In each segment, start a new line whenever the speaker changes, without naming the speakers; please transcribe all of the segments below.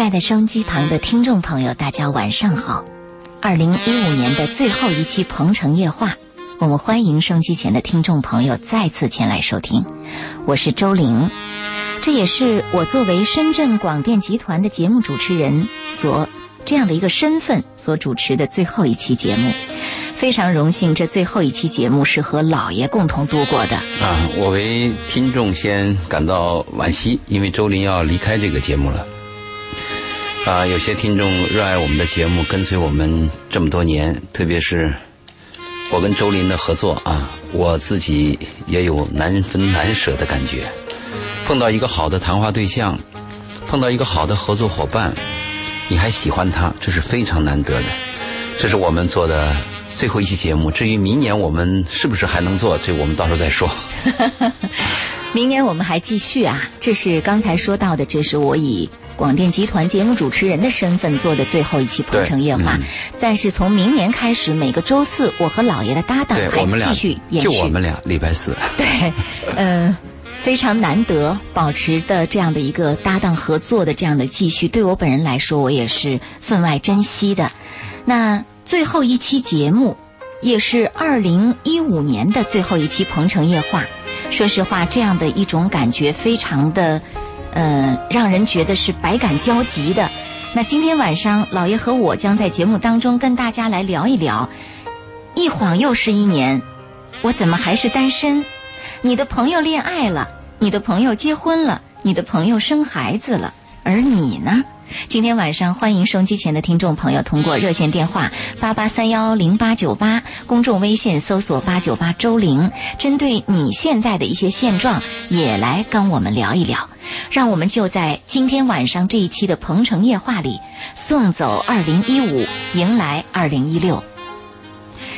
爱的收音机旁的听众朋友，大家晚上好！二零一五年的最后一期《鹏城夜话》，我们欢迎收机前的听众朋友再次前来收听。我是周玲，这也是我作为深圳广电集团的节目主持人所这样的一个身份所主持的最后一期节目。非常荣幸，这最后一期节目是和姥爷共同度过的。
啊，我为听众先感到惋惜，因为周林要离开这个节目了。啊，有些听众热爱我们的节目，跟随我们这么多年，特别是我跟周林的合作啊，我自己也有难分难舍的感觉。碰到一个好的谈话对象，碰到一个好的合作伙伴，你还喜欢他，这是非常难得的。这是我们做的最后一期节目。至于明年我们是不是还能做，这我们到时候再说。
明年我们还继续啊，这是刚才说到的，这是我以广电集团节目主持人的身份做的最后一期《鹏城夜话》
嗯
但是从明年开始，每个周四我和姥爷的搭档
对我们
还
俩
继续延续。
就我们俩礼拜四，
对，呃，非常难得保持的这样的一个搭档合作的这样的继续，对我本人来说，我也是分外珍惜的。那最后一期节目，也是二零一五年的最后一期《鹏城夜话》。说实话，这样的一种感觉非常的，呃，让人觉得是百感交集的。那今天晚上，老爷和我将在节目当中跟大家来聊一聊。一晃又是一年，我怎么还是单身？你的朋友恋爱了，你的朋友结婚了，你的朋友生孩子了，而你呢？今天晚上，欢迎收机前的听众朋友通过热线电话八八三幺零八九八，公众微信搜索八九八周玲，针对你现在的一些现状，也来跟我们聊一聊。让我们就在今天晚上这一期的《鹏城夜话》里，送走二零一五，迎来二零一六。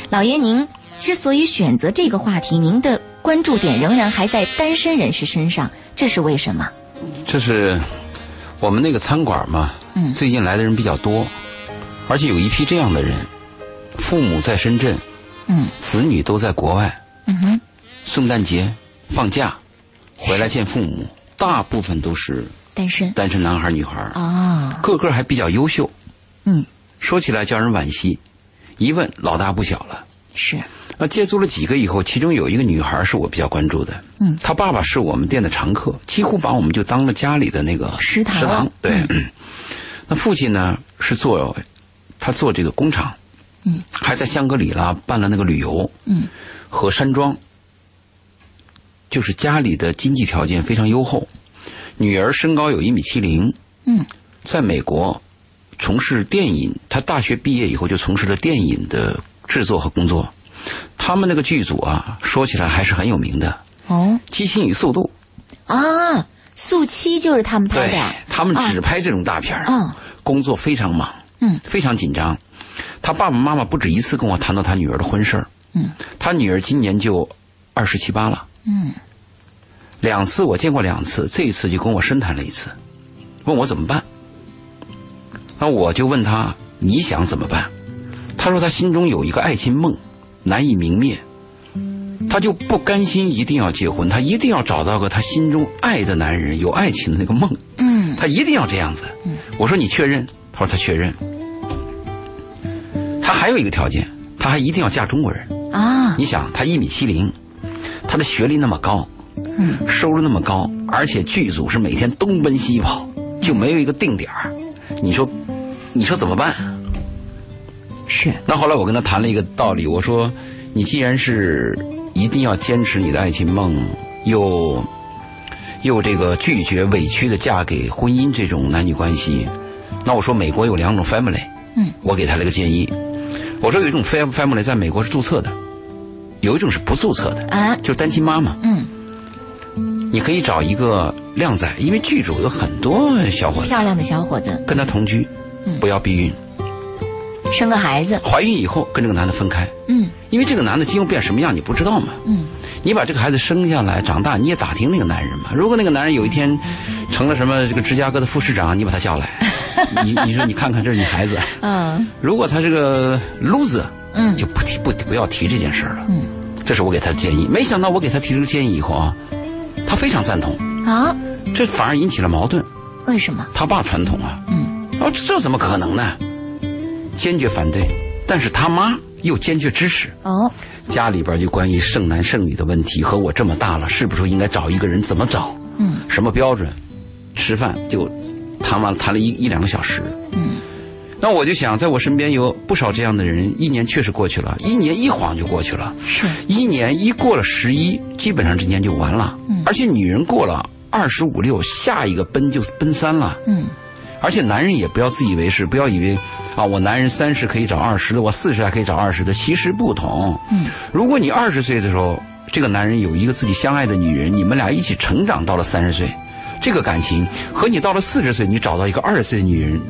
老爷，您之所以选择这个话题，您的关注点仍然还在单身人士身上，这是为什么？
这是我们那个餐馆嘛，
嗯
最近来的人比较多，而且有一批这样的人，父母在深圳，
嗯
子女都在国外，
嗯哼，
圣诞节放假回来见父母，大部分都是
单身
单身男孩女孩，
哦，
个个还比较优秀，
嗯，
说起来叫人惋惜，一问老大不小了。
是，
那接触了几个以后，其中有一个女孩是我比较关注的。
嗯
她爸爸是我们店的常客，几乎把我们就当了家里的那个
食堂嗯
食堂对， 那父亲呢是做，他做这个工厂，
嗯，
还在香格里拉办了那个旅游
嗯
和山庄，就是家里的经济条件非常优厚。女儿身高有一米七零，
嗯
在美国从事电影，他大学毕业以后就从事了电影的制作和工作。他们那个剧组啊，说起来还是很有名的，《
哦
激情与速度
啊，素七就是他们》拍
对
的，
他们只拍这种大片儿、
哦
工作非常忙，
嗯
非常紧张。他爸爸妈妈不止一次跟我谈到他女儿的婚事儿，
嗯
他女儿今年就二十七八了，
嗯
两次我见过两次，这一次就跟我深谈了一次，问我怎么办。那我就问他你想怎么办？他说他心中有一个爱情梦，难以明灭，他就不甘心一定要结婚，他一定要找到个他心中爱的男人，有爱情的那个梦，
嗯
他一定要这样子。我说你确认？他说他确认。他还有一个条件，他还一定要嫁中国人。
啊
你想，他一米七零，他的学历那么高，收入那么高，而且剧组是每天东奔西跑，就没有一个定点儿你说，你说怎么办？
是
那后来我跟他谈了一个道理，我说，你既然是一定要坚持你的爱情梦，又又这个拒绝委屈的嫁给婚姻这种男女关系，那我说美国有两种 family，
嗯，
我给他了一个建议，我说有一种 fam- family 在美国是注册的，有一种是不注册的，
啊
就是单亲妈妈，
嗯
你可以找一个靓仔，因为剧组有很多小伙子
漂亮的嗯小伙子
跟他同居，不要避孕，
生个孩子
怀孕以后跟这个男的分开，
嗯
因为这个男的今后变什么样你不知道嘛。
嗯
你把这个孩子生下来，长大你也打听那个男人嘛。如果那个男人有一天成了什么这个芝加哥的副市长，你把他 叫来，你你说你看看这是你孩子。
嗯
如果他是个 loser，
嗯
就不提不不要提这件事儿了。
嗯，
这是我给他的建议。没想到我给他提出建议以后啊，他非常赞同，
啊
这反而引起了矛盾。
为什么
他爸传统啊，
嗯
哦，这怎么可能呢？坚决反对，但是他妈又坚决支持。
哦，
家里边就关于剩男剩女的问题，和我这么大了，是不是应该找一个人？怎么找？
嗯，
什么标准？吃饭就谈完了，谈了一一两个小时。
嗯，
那我就想，在我身边有不少这样的人，一年确实过去了，一年一晃就过去了，
是，
一年一过了十一，基本上这年就完了。
嗯
而且女人过了二十五六，下一个奔就奔三了。
嗯，
而且男人也不要自以为是，不要以为啊，我男人三十可以找二十的，我四十还可以找二十的，其实不同。
嗯，
如果你二十岁的时候，这个男人有一个自己相爱的女人，你们俩一起成长到了三十岁，这个感情和你到了四十岁，你找到一个二十岁的女人，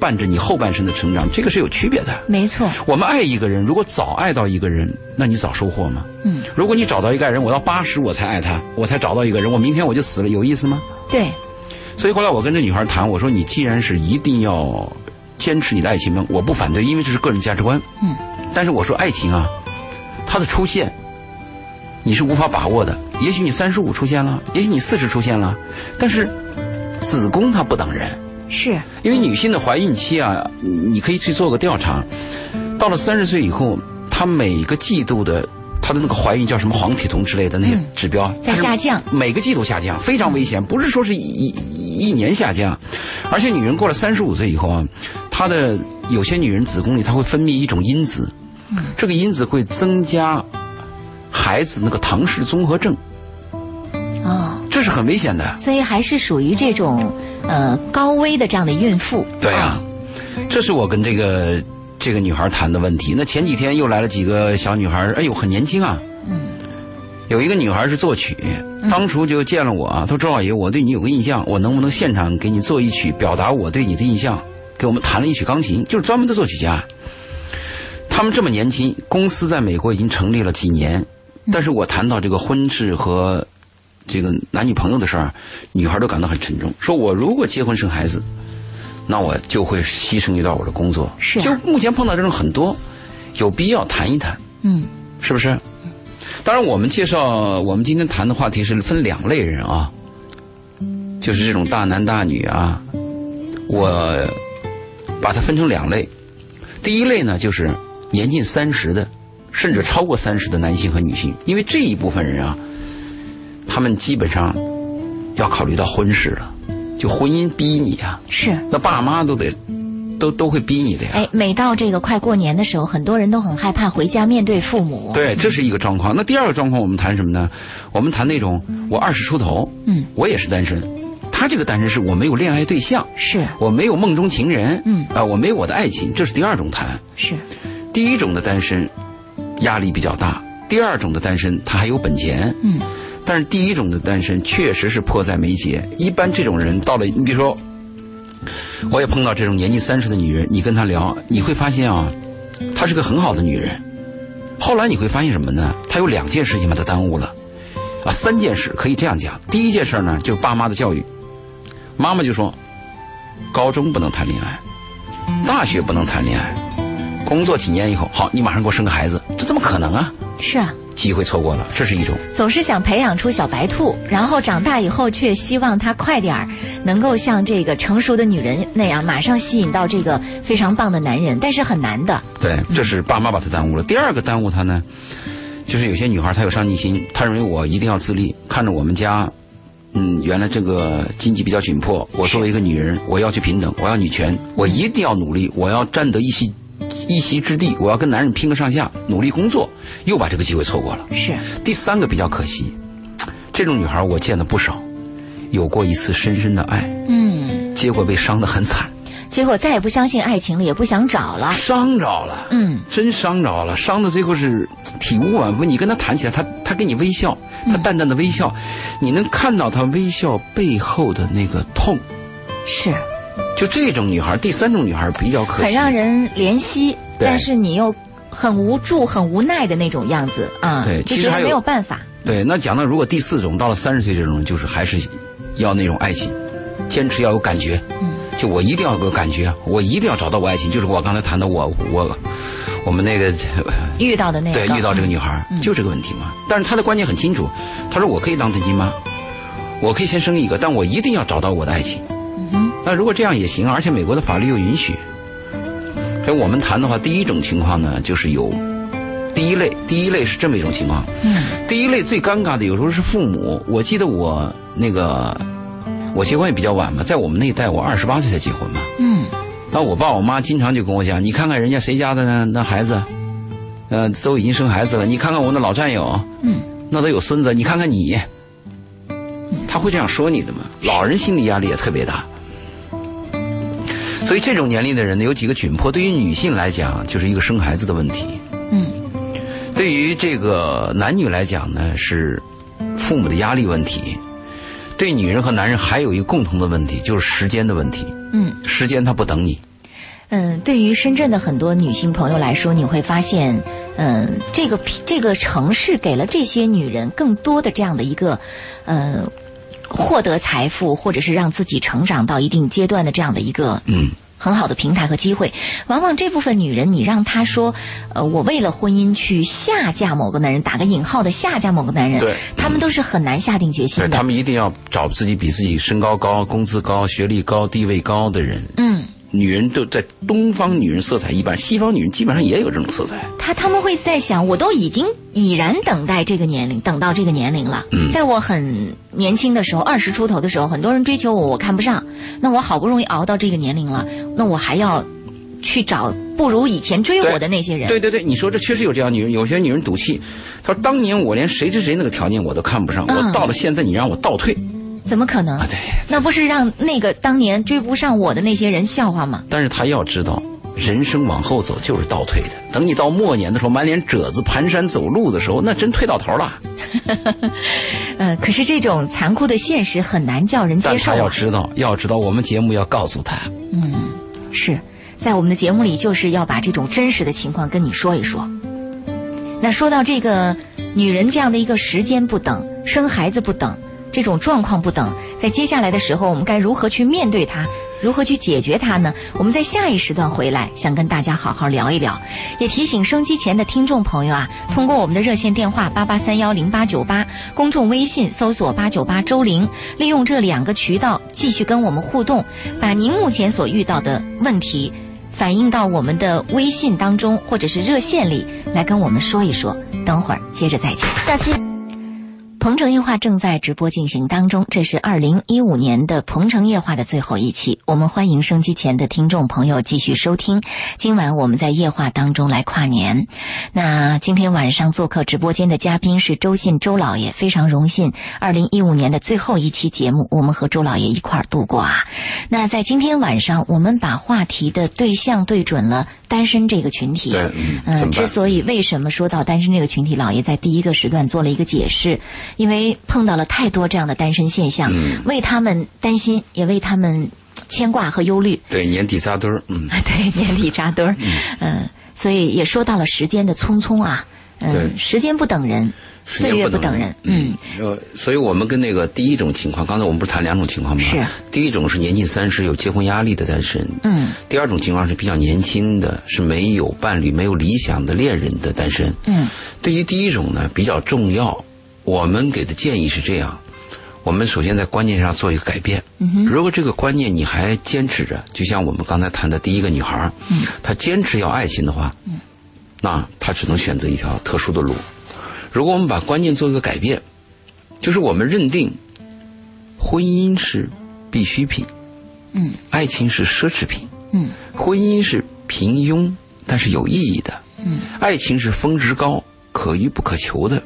伴着你后半生的成长，这个是有区别的。
没错，
我们爱一个人，如果早爱到一个人，那你早收获吗？
嗯，
如果你找到一个爱人，我到八十我才爱他，我才找到一个人，我明天我就死了，有意思吗？
对，
所以后来我跟这女孩谈，我说你既然是一定要坚持你的爱情观，我不反对，因为这是个人价值观。
嗯，
但是我说爱情啊，它的出现你是无法把握的。也许你三十五出现了，也许你四十出现了，但是子宫它不等人，
是，
因为女性的怀孕期啊，你你可以去做个调查，到了三十岁以后，她每个季度的她的那个怀孕叫什么黄体酮之类的那些指标、
嗯在
它是
下降
每个季度下降，非常危险，不是说是一一一年下降，而且女人过了三十五岁以后啊，她的有些女人子宫里她会分泌一种因子，
嗯
这个因子会增加孩子那个唐氏综合症，
哦。
这是很危险的。
所以还是属于这种呃高危的这样的孕妇。
对啊，这是我跟这个这个女孩谈的问题。那前几天又来了几个小女孩，哎呦，很年轻啊。嗯。有一个女孩是作曲，当初就见了我啊，她说：“周老爷，我对你有个印象，我能不能现场给你做一曲，表达我对你的印象？”给我们弹了一曲钢琴，就是专门的作曲家。他们这么年轻，公司在美国已经成立了几年，
嗯
但是我谈到这个婚事和这个男女朋友的事儿，女孩都感到很沉重，说我如果结婚生孩子，那我就会牺牲一段我的工作。
是啊
就目前碰到这种很多，有必要谈一谈，
嗯
是不是？当然，我们介绍我们今天谈的话题是分两类人啊，就是这种大男大女啊，我把它分成两类。第一类呢，就是年近三十的，甚至超过三十的男性和女性，因为这一部分人啊，他们基本上要考虑到婚事了，就婚姻逼你啊。
是。
那爸妈都得都都会逼你的呀。
哎，每到这个快过年的时候，很多人都很害怕回家面对父母。，
对，这是一个状况。那第二个状况，我们谈什么呢？我们谈那种我二十出头，
嗯，
我也是单身。他这个单身是我没有恋爱对象，
是
我没有梦中情人，
嗯
啊、我没有我的爱情，这是第二种谈。
是，
第一种的单身压力比较大，第二种的单身他还有本钱，
嗯，
但是第一种的单身确实是迫在眉睫。一般这种人到了，你比如说，我也碰到这种年近三十的女人，你跟她聊，你会发现啊，她是个很好的女人。后来你会发现什么呢？她有两件事情把她耽误了，啊，三件事可以这样讲。第一件事呢，就是爸妈的教育，妈妈就说，高中不能谈恋爱，大学不能谈恋爱。工作几年以后，好，你马上给我生个孩子，这怎么可能啊？
是啊，
机会错过了，这是一种。
总是想培养出小白兔，然后长大以后却希望它快点儿能够像这个成熟的女人那样，马上吸引到这个非常棒的男人，但是很难的。
对，这是爸妈把他耽误了。第二个耽误他呢，就是有些女孩她有上进心，她认为我一定要自立。看着我们家，嗯，原来这个经济比较紧迫，我作为一个女人，我要去平等，我要女权，我一定要努力，我要占得一席一席之地，我要跟男人拼个上下，努力工作，又把这个机会错过了。
是，
第三个比较可惜，这种女孩我见的不少，有过一次深深的爱，
嗯，
结果被伤得很惨，
结果再也不相信爱情了，也不想找了。
伤着了。
嗯，
真伤着了，伤的最后是体无完肤。你跟他谈起来，他他给你微笑，他淡淡的微笑，你能看到他微笑背后的那个痛。
是。
就这种女孩，第三种女孩比较可惜，
很让人怜惜，
对
但是你又很无助、很无奈的那种样子啊，
对
就
其
觉
实
得
还有
没有办法。
对，那讲到如果第四种到了三十岁这种，就是还是要那种爱情，坚持要有感觉。
嗯，
就我一定要有个感觉，我一定要找到我爱情。就是我刚才谈的我我我们那个
遇到的那个，
对遇到这个女孩、就这个问题嘛。但是她的观念很清楚，她说我可以当单亲妈，我可以先生一个，但我一定要找到我的爱情。那如果这样也行，而且美国的法律又允许。所以我们谈的话，第一种情况呢，就是有第一类，第一类是这么一种情况。嗯。第一类最尴尬的，有时候是父母。我记得我那个我结婚也比较晚嘛，在我们那一代，我二十八岁才结婚嘛。
嗯
那我爸我妈经常就跟我讲，你看看人家谁家的那那孩子，呃，都已经生孩子了，你看看我那老战友，
嗯，
那都有孙子，你看看你，他会这样说你的吗？老人心理压力也特别大，所以这种年龄的人呢，有几个窘迫。对于女性来讲，就是一个生孩子的问题；
嗯
对于这个男女来讲呢，是父母的压力问题。对女人和男人还有一个共同的问题，就是时间的问题。
嗯
时间它不等你，
嗯，对于深圳的很多女性朋友来说，你会发现，嗯，这个这个城市给了这些女人更多的这样的一个，呃，获得财富或者是让自己成长到一定阶段的这样的一个
嗯。
很好的平台和机会。往往这部分女人，你让她说，呃，我为了婚姻去下嫁某个男人，打个引号的下嫁某个男人，
对
她们都是很难下定决心
对
的。
他们一定要找自己比自己身高高、工资高、学历高、地位高的人。
嗯，
女人都在东方，女人色彩一般，西方女人基本上也有这种色彩。
她他们会在想，我都已经已然等待这个年龄，等到这个年龄了。
嗯
在我很年轻的时候，二十出头的时候，很多人追求我，我看不上。那我好不容易熬到这个年龄了，那我还要去找不如以前追我的那些人。
对对对，你说这确实有这样女人，有些女人赌气，她说当年我连谁谁谁那个条件我都看不上，
嗯
我到了现在你让我倒退
怎么可能？
啊，对。
那不是让那个当年追不上我的那些人笑话吗？
但是她要知道，人生往后走就是倒退的。等你到末年的时候，满脸褶子、蹒跚走路的时候，那真退到头了。
呃，可是这种残酷的现实很难叫人接
但
受
她要
啊。
知道，要知道我们节目要告诉她，
是在我们的节目里，就是要把这种真实的情况跟你说一说。那说到这个女人这样的一个时间不等、生孩子不等这种状况不等，在接下来的时候，我们该如何去面对它，如何去解决它呢？我们在下一时段回来，想跟大家好好聊一聊，也提醒收机前的听众朋友啊，通过我们的热线电话八八三幺零八九八，公众微信搜索八九八周玲，利用这两个渠道继续跟我们互动，把您目前所遇到的问题。反映到我们的微信当中或者是热线里来跟我们说一说。等会儿接着再见。下期。鹏城夜话正在直播进行当中，这是二零一五年的鹏城夜话的最后一期。我们欢迎升机前的听众朋友继续收听。今晚我们在夜话当中来跨年。那今天晚上做客直播间的嘉宾是周信周老爷，非常荣幸，二零一五年的最后一期节目，我们和周老爷一块儿度过啊。那在今天晚上，我们把话题的对象对准了单身这个群体。啊呃
对，嗯，怎么
之
办？
所以为什么说到单身这个群体，老爷在第一个时段做了一个解释，因为碰到了太多这样的单身现象，
嗯
为他们担心，也为他们牵挂和忧虑。
对，年底扎堆儿，嗯。
对，年底扎堆儿，嗯，所以也说到了时间的匆匆啊，嗯，
对
时间不等人，
时
岁
间
月
不
等
等
人
人，
嗯，
呃，所以我们跟那个第一种情况，刚才我们不是谈两种情况吗？
是。
第一种是年近三十有结婚压力的单身，
嗯。
第二种情况是比较年轻的，是没有伴侣、没有理想的恋人的单身。
嗯。
对于第一种呢，比较重要，我们给的建议是这样：我们首先在观念上做一个改变。嗯、如果这个观念你还坚持着，就像我们刚才谈的第一个女孩，嗯、她坚持要爱情的话，嗯、那她只能选择一条特殊的路。如果我们把观念做一个改变，就是我们认定婚姻是必需品，
嗯，
爱情是奢侈品，
嗯，
婚姻是平庸但是有意义的，嗯，爱情是峰值高可遇不可求的。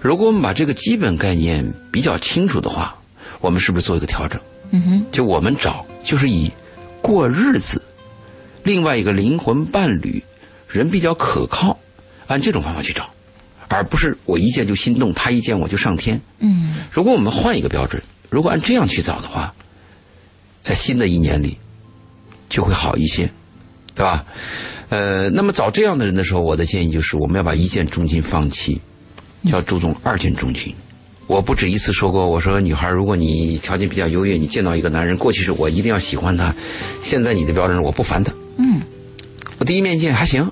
如果我们把这个基本概念比较清楚的话，我们是不是做一个调整？
嗯哼，
就我们找，就是以过日子，另外一个灵魂伴侣，人比较可靠，按这种方法去找，而不是我一见就心动，他一见我就上天。
嗯
如果我们换一个标准，如果按这样去找的话，在新的一年里就会好一些，对吧？呃，那么找这样的人的时候，我的建议就是我们要把一见钟情放弃，
嗯
要注重二见钟情。我不止一次说过，我说女孩，如果你条件比较优越，你见到一个男人，过去是我一定要喜欢他，现在你的标准是我不烦他，
嗯
我第一面见还行，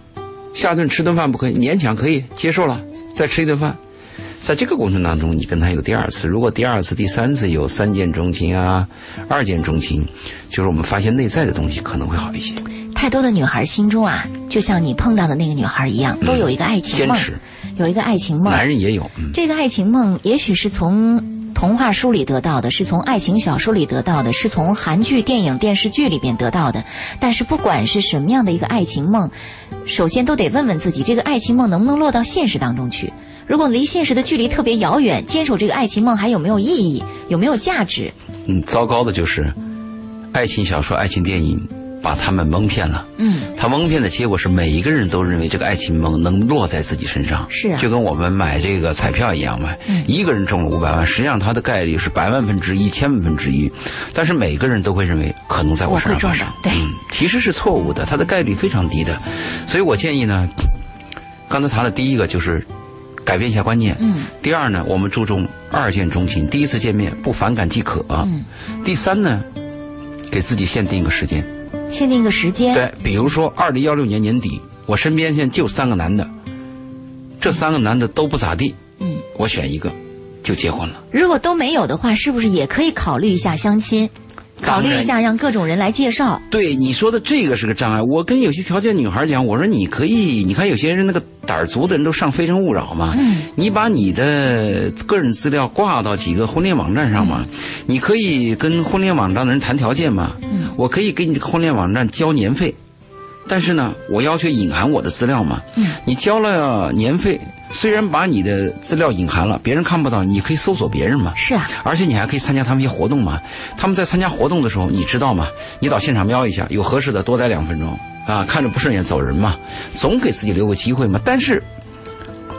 下顿吃顿饭不可以，勉强可以接受了，再吃一顿饭。在这个过程当中，你跟他有第二次，如果第二次、第三次有三见钟情啊、二见钟情，就是我们发现内在的东西可能会好一些。
太多的女孩心中啊，就像你碰到的那个女孩一样，都有一个爱情
嗯坚
梦，
持，
有一个爱情梦。
男人也有，嗯，
这个爱情梦也许是从童话书里得到的，是从爱情小说里得到的，是从韩剧、电影、电视剧里边得到的。但是不管是什么样的一个爱情梦，首先都得问问自己，这个爱情梦能不能落到现实当中去？如果离现实的距离特别遥远，坚守这个爱情梦还有没有意义？有没有价值？
嗯，糟糕的就是，爱情小说、爱情电影把他们蒙骗了。
嗯，
他蒙骗的结果是，每一个人都认为这个爱情梦能落在自己身上，
是啊嗯
就跟我们买这个彩票一样嘛。一个人中了五百万，实际上他的概率是百万分之一、千万分之一，但是每个人都会认为可能在
我
身
会
上
中
发
的
生。，
对，
嗯，其实是错误的，它的概率非常低的。所以我建议呢，刚才谈的第一个就是改变一下观念。
嗯。
第二呢，我们注重二见钟情，第一次见面不反感即可。嗯。第三呢，给自己限定一个时间。
限定一个时间，
嗯对，比如说二零幺六年年底，我身边现在就三个男的，这三个男的都不咋地。
嗯。
我选一个，就结婚了。
如果都没有的话，是不是也可以考虑一下相亲？考
当
虑
然
一下让各种人来介绍。
对你说的这个是个障碍。我跟有些条件女孩讲，我说你可以，你看有些人那个胆儿足的人都上《非诚勿扰》嘛，你把你的个人资料挂到几个婚恋网站上嘛，你可以跟婚恋网站的人谈条件嘛，我可以给你这个婚恋网站交年费，但是呢，我要求隐含我的资料嘛，你交了年费，虽然把你的资料隐含了，别人看不到，你可以搜索别人嘛，
是啊，
而且你还可以参加他们一些活动嘛。他们在参加活动的时候，你知道吗？你到现场瞄一下，有合适的多待两分钟啊，看着不顺眼走人嘛，总给自己留个机会嘛。但是，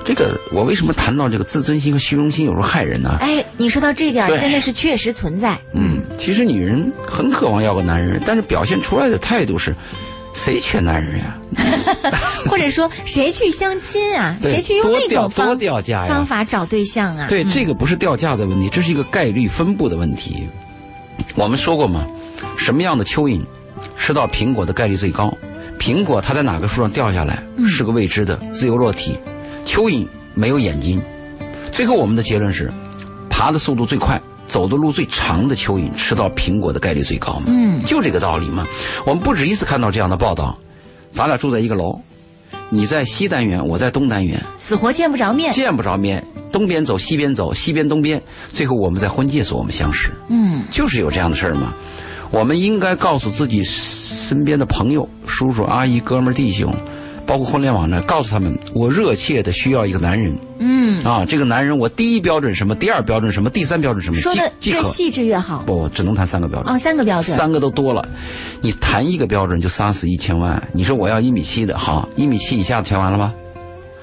这个我为什么谈到这个自尊心和虚荣心有时候害人呢？
哎，你说到这点儿，
对
真的是确实存在。
嗯，其实女人很渴望要个男人，但是表现出来的态度是，谁缺男人呀？
或者说，谁去相亲啊？
对
谁去用那种方
多掉多掉价呀
方法找对象啊？
对，这个不是掉价的问题，这是一个概率分布的问题。我们说过嘛，什么样的蚯蚓吃到苹果的概率最高？苹果它在哪个树上掉下来
嗯
是个未知的，自由落体。蚯蚓没有眼睛。最后我们的结论是，爬的速度最快、走的路最长的蚯蚓吃到苹果的概率最高嘛？
嗯，
就这个道理嘛。我们不止一次看到这样的报道，咱俩住在一个楼，你在西单元，我在东单元。
死活见不着面。
见不着面，东边走西边走，西边东边，最后我们在婚介所我们相识，
嗯，
就是有这样的事儿嘛。我们应该告诉自己身边的朋友、叔叔、阿姨、哥们儿、弟兄，包括婚恋网站，告诉他们，我热切的需要一个男人。嗯，啊，这个男人我第一标准什么，第二标准什么，第三标准什么，
说的
即即
越
可。
细致越好。
不，我只能谈三个标准。
哦，三个标准。
三个都多了，你谈一个标准就杀死一千万。你说我要一米七的，好，一米七以下的全完了吧？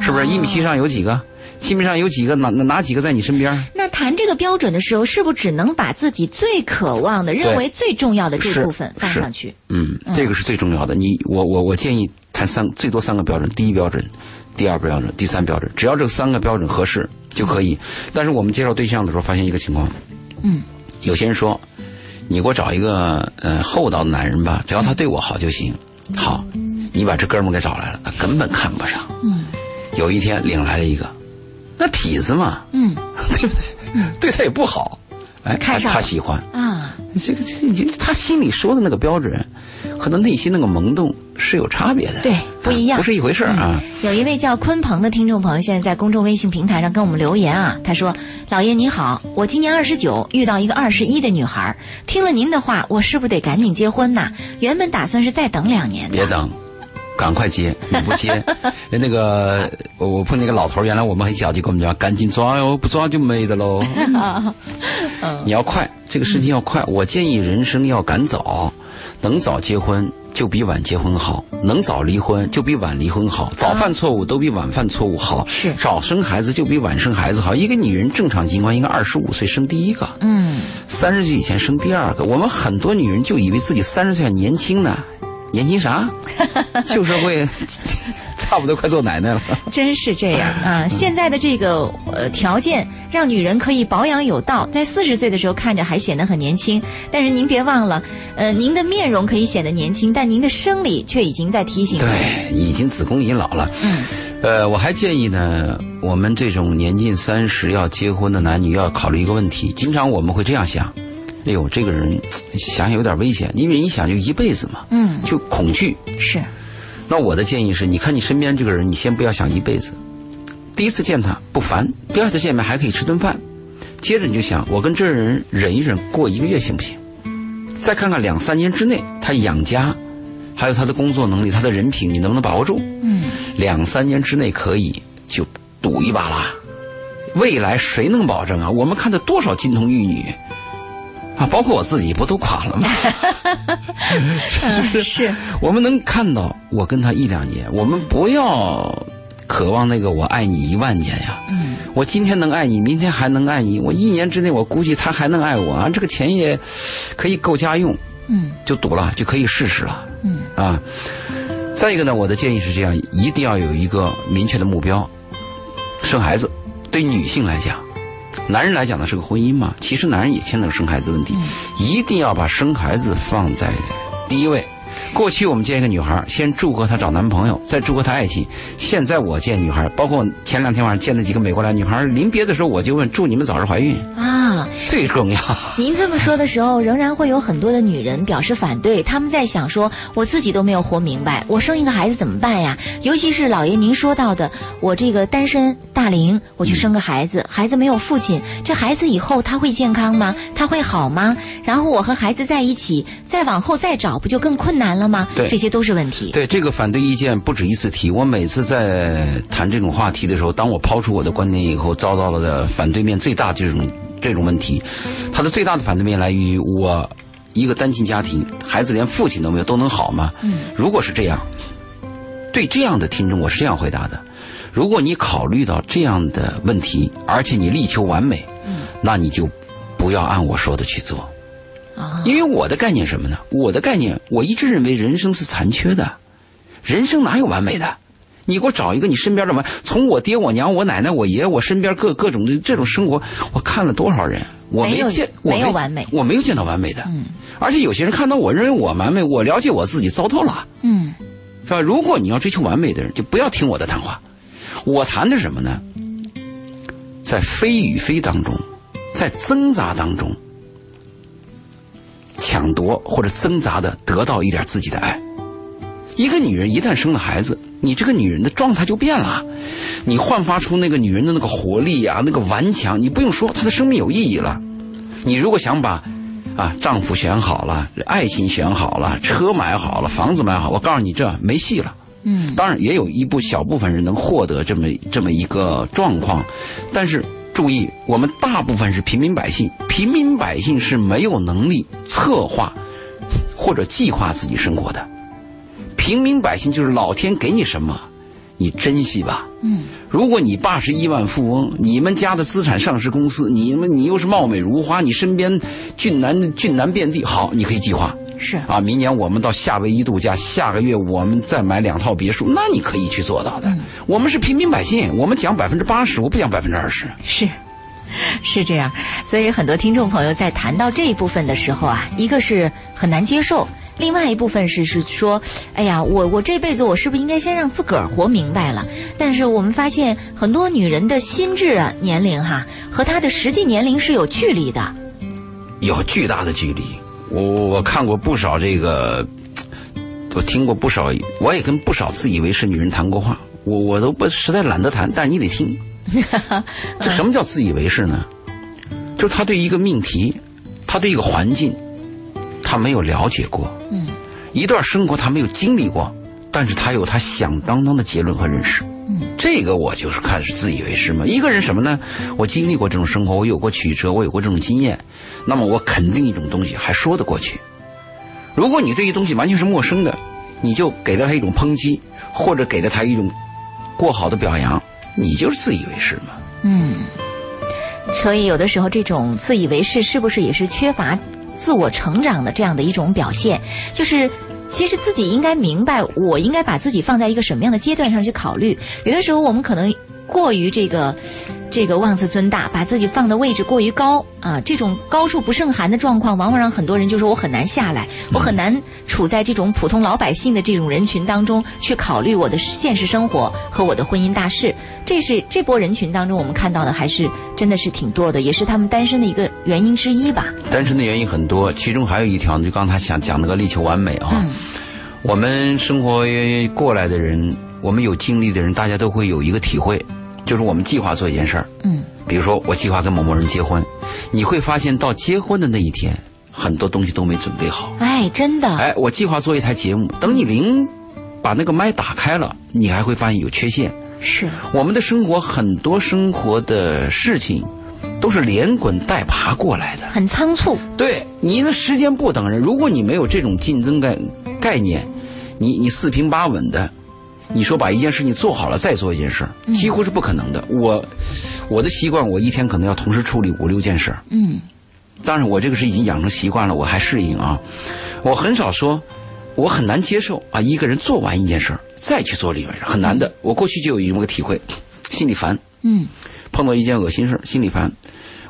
是不是？一米七上有几个？七米上有几个？哪哪哪几个在你身边？
那谈这个标准的时候，是不是只能把自己最渴望的、认为最重要的这
是
部分放
是
上去？
嗯，这个是最重要的。你我我我建议谈三最多三个标准，第一标准，第二标准，第三标准，只要这三个标准合适就可以。但是我们介绍对象的时候发现一个情况，
嗯，
有些人说，你给我找一个呃厚道的男人吧，只要他对我好就行。好，你把这哥们儿给找来了，他根本看不上。
嗯，
有一天领来了一个，那痞子嘛，
嗯
对他也不好，哎，
看
他
上
他
了
喜欢。
啊，
这个这这他心里说的那个标准，和他内心那个萌动是有差别的，
对不一样嗯
啊不是一回事儿啊。
有一位叫鲲鹏的听众朋友，现在在公众微信平台上跟我们留言啊，他说：“老爷你好，我今年二十九，遇到一个二十一的女孩儿，听了您的话，我是不是得赶紧结婚呐？原本打算是再等两 年的，
别等，赶快接，你不 接，人那个我我碰见一个老头儿，原来我们很小就跟我们讲，赶紧抓哟，不抓就没的 喽。你要快，这个事情要快。我建议人生要赶早，能早结婚。就比晚结婚好，能早离婚就比晚离婚好，早犯错误都比晚犯错误好，
是
早生孩子就比晚生孩子好。一个女人正常情况应该二十五岁生第一个，
嗯，
三十岁以前生第二个。我们很多女人就以为自己三十岁还年轻呢，年 轻啥？就是会差不多快做奶奶了。
真是这样啊！现在的这个呃条件，让女人可以保养有道，在四十岁的时候看着还显得很年轻。但是您别忘了，呃，您的面容可以显得年轻，但您的生理却已经在提醒。
对，已经子宫已经老了。
嗯，
呃，我还建议呢，我们这种年近三十要结婚的男女要考虑一个问题，经常我们会这样想：哎呦，这个人想想有点危险，因为你想就一辈子嘛，
嗯，
就恐惧。
是，
那我的建议是，你看你身边这个人，你先不要想一辈子。第一次见他不烦，第二次见面还可以吃顿饭，接着你就想，我跟这人忍一忍，过一个月行不行？再看看两三年之内他养家，还有他的工作能力、他的人品，你能不能把握住？
嗯，
两三年之内可以就赌一把啦。未来谁能保证啊？我们看的多少金童玉女啊，包括我自己不都垮了吗？
嗯，是，
我们能看到我跟他一两年，我们不要渴望那个我爱你一万年呀。
嗯，
我今天能爱你，明天还能爱你，我一年之内我估计他还能爱我啊，这个钱也可以够家用，
嗯
就赌了，就可以试试了
嗯
啊。再一个呢，我的建议是这样，一定要有一个明确的目标，生孩子。对女性来讲，男人来讲呢是个婚姻嘛，其实男人也牵扯生孩子问题，一定要把生孩子放在第一位。过去我们见一个女孩，先祝贺她找男朋友，再祝贺她爱情。现在我见女孩，包括前两天晚上见的几个美国来女孩，临别的时候我就问：祝你们早日怀孕，
啊，
最重要。
您这么说的时候，仍然会有很多的女人表示反对，她们在想说，我自己都没有活明白，我生一个孩子怎么办呀？尤其是老爷您说到的，我这个单身大龄，我去生个孩子，孩子没有父亲，这孩子以后他会健康吗？他会好吗？
嗯
然后我和孩子在一起，再往后再找，不就更困难了吗？
对
这些都是问题。
对这个反对意见不止一次提，我每次在谈这种话题的时候，当我抛出我的观点以后，遭到了的反对面最大这种这种问题，他的最大的反对面来源于我一个单亲家庭，孩子连父亲都没有，都能好吗？嗯，如果是这样，对这样的听众，我是这样回答的：如果你考虑到这样的问题，而且你力求完美，嗯，那你就不要按我说的去做。
啊，
因为我的概念是什么呢？我的概念，我一直认为人生是残缺的，人生哪有完美的？你给我找一个你身边的完，从我爹、我娘、我奶奶、我爷，我身边各各种的这种生活，我看了多少人，我
没有
见，我
没有完美嗯
我没有见到完美的。而且有些人看到我认为我完美，我了解我自己糟透了，
嗯
是吧？如果你要追求完美的人，就不要听我的谈话。我谈的是什么呢？在非与非当中，在挣扎当中，抢夺或者挣扎的得到一点自己的爱。一个女人一旦生了孩子，你这个女人的状态就变了，啊你焕发出那个女人的那个活力啊，那个顽强，你不用说，她的生命有意义了。你如果想把啊丈夫选好了，爱情选好了，车买好了，房子买好，我告诉你这没戏了。
嗯，
当然也有一部小部分人能获得这么这么一个状况，但是注意，我们大部分是平民百姓，平民百姓是没有能力策划或者计划自己生活的。平民百姓就是老天给你什么，你珍惜吧。
嗯，
如果你爸是亿万富翁，你们家的资产上市公司，你们你又是貌美如花，你身边俊男俊男遍地，好，你可以计划。
是
啊，明年我们到夏威夷度假，下个月我们再买两套别墅，那你可以去做到的。我们是平民百姓，我们讲百分之八十，我不讲百分之二十。
是。是这样，所以很多听众朋友在谈到这一部分的时候啊，一个是很难接受，另外一部分是是说，哎呀，我我这辈子我是不是应该先让自个儿活明白了？但是我们发现很多女人的心智啊、年龄哈、和她的实际年龄是有距离的。
有巨大的距离。我我我看过不少这个，我听过不少，我也跟不少自以为是女人谈过话。我我都不实在懒得谈，但是你得听。这什么叫自以为是呢？就是他对一个命题，他对一个环境，他没有了解过，嗯，一段生活他没有经历过，但是他有他响当当的结论和认识。这个我就是看是自以为是嘛。一个人什么呢？我经历过这种生活，我有过曲折，我有过这种经验，那么我肯定一种东西还说得过去。如果你对一东西完全是陌生的，你就给了他一种抨击，或者给了他一种过好的表扬，你就是自以为是嘛。
嗯，所以有的时候这种自以为是，是不是也是缺乏自我成长的这样的一种表现？就是。其实自己应该明白，我应该把自己放在一个什么样的阶段上去考虑。有的时候我们可能过于这个这个妄自尊大，把自己放的位置过于高啊，这种高处不胜寒的状况，往往让很多人就说我很难下来，我很难处在这种普通老百姓的这种人群当中去考虑我的现实生活和我的婚姻大事。这是这波人群当中我们看到的，还是真的是挺多的，也是他们单身的一个原因之一吧。
单身的原因很多，其中还有一条，就刚才想讲那个力求完美啊。
嗯
我们生活过来的人，我们有经历的人，大家都会有一个体会，就是我们计划做一件事儿，
嗯
比如说我计划跟某某人结婚，你会发现到结婚的那一天，很多东西都没准备好。
哎，真的，
哎，我计划做一台节目，等你临把那个麦打开了，你还会发现有缺陷。
是
我们的生活很多生活的事情，都是连滚带爬过来的。
很仓促，
对你的时间不等人，如果你没有这种竞争概概念，你你四平八稳的，你说把一件事情做好了再做一件事儿，几乎是不可能的。我我的习惯，我一天可能要同时处理五六件事儿。
嗯
当然，我这个是已经养成习惯了，我还适应啊。我很少说，我很难接受啊，一个人做完一件事儿再去做另一件事儿，很难的。我过去就有这么个体会，心里烦，
嗯
碰到一件恶心事儿心里烦，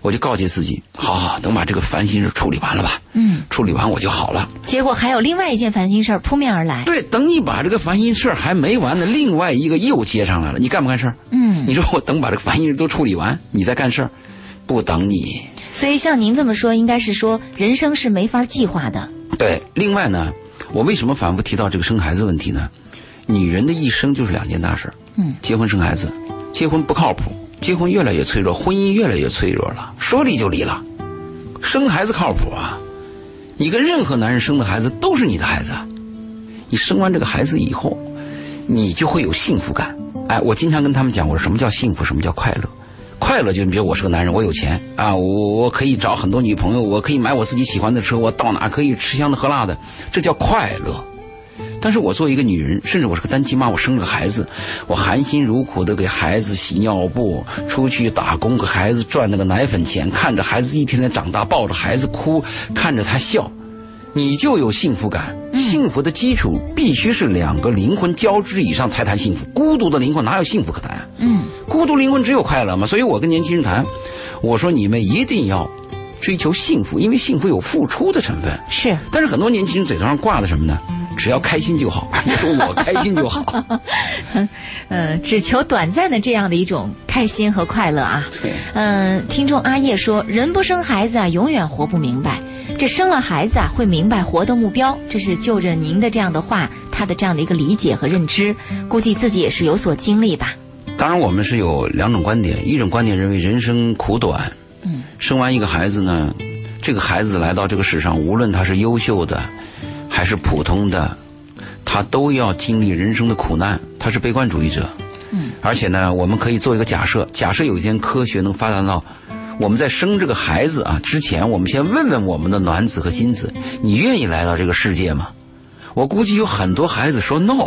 我就告诫自己，好好好等把这个烦心事儿处理完了吧，
嗯，
处理完我就好了。
结果还有另外一件烦心事儿扑面而来，
对，等你把这个烦心事儿还没完呢，另外一个又接上来了，你干不干事儿？
嗯，
你说我等把这个烦心事儿都处理完，你再干事儿，不等你。
所以像您这么说，应该是说人生是没法计划的，
对，另外呢，我为什么反复提到这个生孩子问题呢？女人的一生就是两件大事儿，
嗯，
结婚生孩子，结婚不靠谱，结婚越来越脆弱，婚姻越来越脆弱了，说离就离了，生孩子靠谱啊，你跟任何男人生的孩子都是你的孩子，啊你生完这个孩子以后，你就会有幸福感。哎，我经常跟他们讲，我说什么叫幸福，什么叫快乐。快乐就比如我是个男人，我有钱啊，我我可以找很多女朋友，我可以买我自己喜欢的车，我到哪可以吃香的喝辣的，这叫快乐。但是我作为一个女人，甚至我是个单亲妈，我生了个孩子，我含辛茹苦的给孩子洗尿布，出去打工给孩子赚那个奶粉钱，看着孩子一天天长大，抱着孩子哭，看着他笑，你就有幸福感。幸福的基础必须是两个灵魂交织以上才谈幸福，孤独的灵魂哪有幸福可谈啊、
嗯
孤独灵魂只有快乐嘛。所以我跟年轻人谈，我说你们一定要追求幸福，因为幸福有付出的成分。
是
但是很多年轻人嘴头上挂的什么呢？只要开心就好， 说我开心就好。
嗯，只求短暂的这样的一种开心和快乐啊。
对
嗯，听众阿叶说，人不生孩子啊，永远活不明白；这生了孩子啊，会明白活的目标。这是就着您的这样的话，他的这样的一个理解和认知，估计自己也是有所经历吧。
当然，我们是有两种观点，一种观点认为人生苦短，
嗯，
生完一个孩子呢，这个孩子来到这个世上，无论他是优秀的，还是普通的，他都要经历人生的苦难，他是悲观主义者，
嗯，
而且呢，我们可以做一个假设，假设有一天科学能发展到。我们在生这个孩子啊之前，我们先问问我们的卵子和精子，你愿意来到这个世界吗？我估计有很多孩子说 no，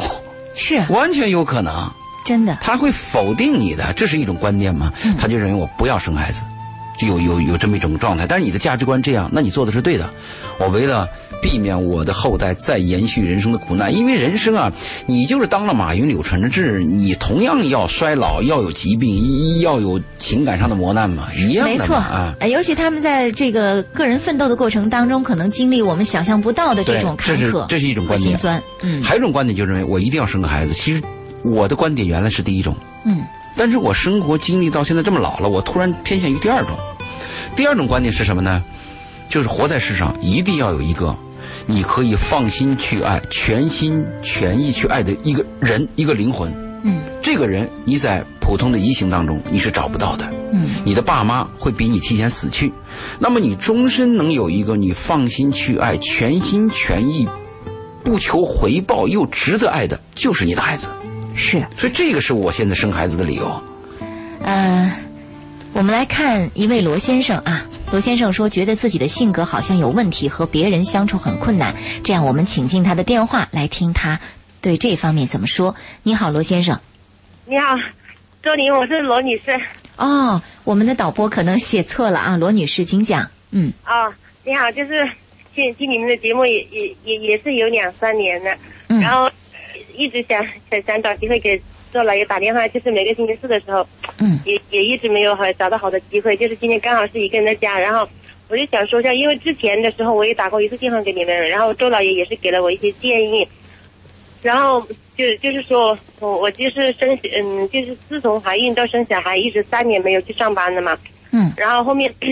是
完全有可能。
真的，
他会否定你的，这是一种观念嘛？
嗯
他就认为我不要生孩子，就有有有这么一种状态。但是你的价值观这样，那你做的是对的。我为了避免我的后代再延续人生的苦难，因为人生啊，你就是当了马云、柳传志，你同样要衰老，要有疾病，要有情感上的磨难嘛，一样的
没
嘛
错
啊。
呃尤其他们在这个个人奋斗的过程当中，可能经历我们想象不到的这
对
种坎
这是
坷，
这是一种
和
观点
心酸。嗯
还有一种观点就认为我一定要生个孩子。其实我的观点原来是第一种，
嗯，
但是我生活经历到现在这么老了，我突然偏向于第二种。第二种观点是什么呢？就是活在世上一定要有一个你可以放心去爱、全心全意去爱的一个人、一个灵魂。
嗯，
这个人你在普通的移情当中你是找不到的。
嗯，
你的爸妈会比你提前死去，那么你终身能有一个你放心去爱、全心全意、不求回报又值得爱的，就是你的孩子。
是。
所以这个是我现在生孩子的理由。
呃，我们来看一位罗先生啊，罗先生说觉得自己的性格好像有问题，和别人相处很困难。这样，我们请进他的电话来听他对这方面怎么说。你好，罗先生。
你好，周玲，我是罗女士
哦，我们的导播可能写错了啊，罗女士，请讲。嗯
啊、你好，就是听听你们的节目也也也也是有两三年了，
嗯
然后一直想想想找机会给做了，也打电话，就是每个星期四的时候，
嗯
也也一直没有好找到好的机会，就是今天刚好是一个人在家，然后我就想说一下，因为之前的时候我也打过一次电话给你们，然后周老爷也是给了我一些建议，然后就就是说我我就是生嗯就是自从怀孕到生小孩一直三年没有去上班了嘛，
嗯
然后后面，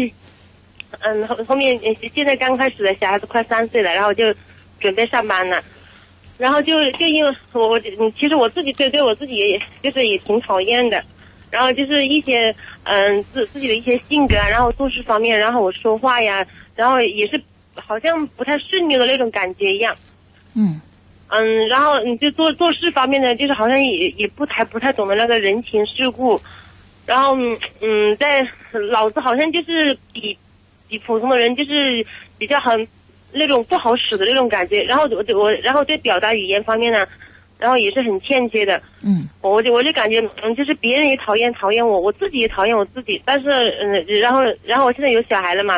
嗯，后后面呃现在刚开始的小孩子快三岁了，然后就准备上班了，然后就就因为我我嗯其实我自己对对我自己也就是也挺讨厌的，然后就是一些嗯自自己的一些性格啊，然后做事方面，然后我说话呀，然后也是好像不太顺溜的那种感觉一样。
嗯
嗯，然后你就做做事方面呢，就是好像也也不太不太懂得那个人情世故，然后嗯嗯，在脑子好像就是比比普通的人就是比较很那种不好使的那种感觉，然后我就我然后对表达语言方面呢，然后也是很欠缺的，
嗯
我就我就感觉嗯，就是别人也讨厌讨厌我，我自己也讨厌我自己，但是嗯，然后然后我现在有小孩了嘛，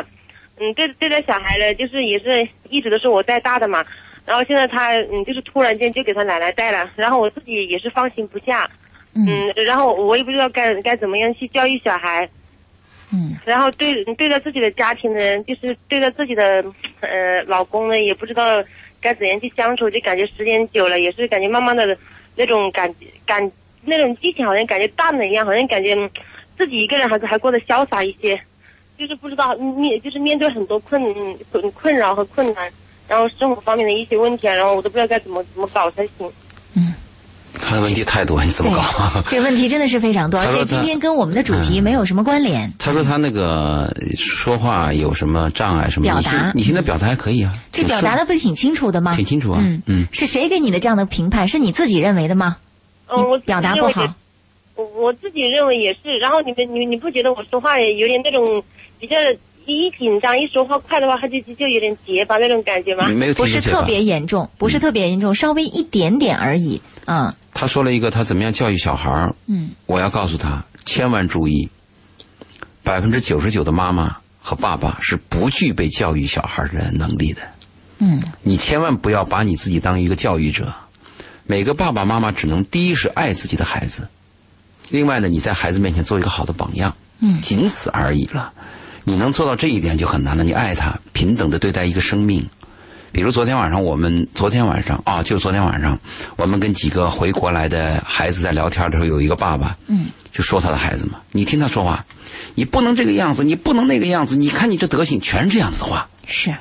嗯，对对待小孩呢，就是也是一直都是我带大的嘛，然后现在他嗯，就是突然间就给他奶奶带了，然后我自己也是放心不下，
嗯
嗯，然后我也不知道该该怎么样去教育小孩，
嗯
然后对对待自己的家庭呢，就是对待自己的呃老公呢，也不知道该怎样去相处，就感觉时间久了，也是感觉慢慢的那种感感那种激情好像感觉淡了一样，好像感觉嗯自己一个人还是还过得潇洒一些，就是不知道面就是面对很多困困困扰和困难，然后生活方面的一些问题啊，然后我都不知道该怎么怎么搞才行。
嗯，
他的问题太多，你怎
对
么搞？，
这个问题真的是非常多，而
他说
且
他嗯
今天跟我们的主题没有什么关联。
他说他那个说话有什么障碍什么？
表达
你现你现在表达还可以啊，
这表达的不是挺清楚的吗？
挺清楚啊
嗯
嗯
是谁给你的这样的评判？是你自己认为的吗？
嗯，
你
我自己
表达
认
不
为
好。
我我自己认为也是。然后你们你你不觉得我说话也有点那种比较一紧张一说话快的话，他就就有点结巴那种感觉吗？
没有听
嗯不是
出去吧
特别严重，不
嗯
是特别严重，稍微一点点而已。嗯
他说了一个他怎么样教育小孩儿，
嗯
我要告诉他千万注意，百分之九十九的妈妈和爸爸是不具备教育小孩的能力的。
嗯
你千万不要把你自己当一个教育者。每个爸爸妈妈只能第一是爱自己的孩子，另外呢，你在孩子面前做一个好的榜样，
嗯
仅此而已了。你能做到这一点就很难了。你爱他，平等的对待一个生命。比如昨天晚上我们，昨天晚上啊，就是昨天晚上，我们跟几个回国来的孩子在聊天的时候，有一个爸爸，
嗯，
就说他的孩子嘛，你听他说话，你不能这个样子，你不能那个样子，你看你这德行，全是这样子的话。
是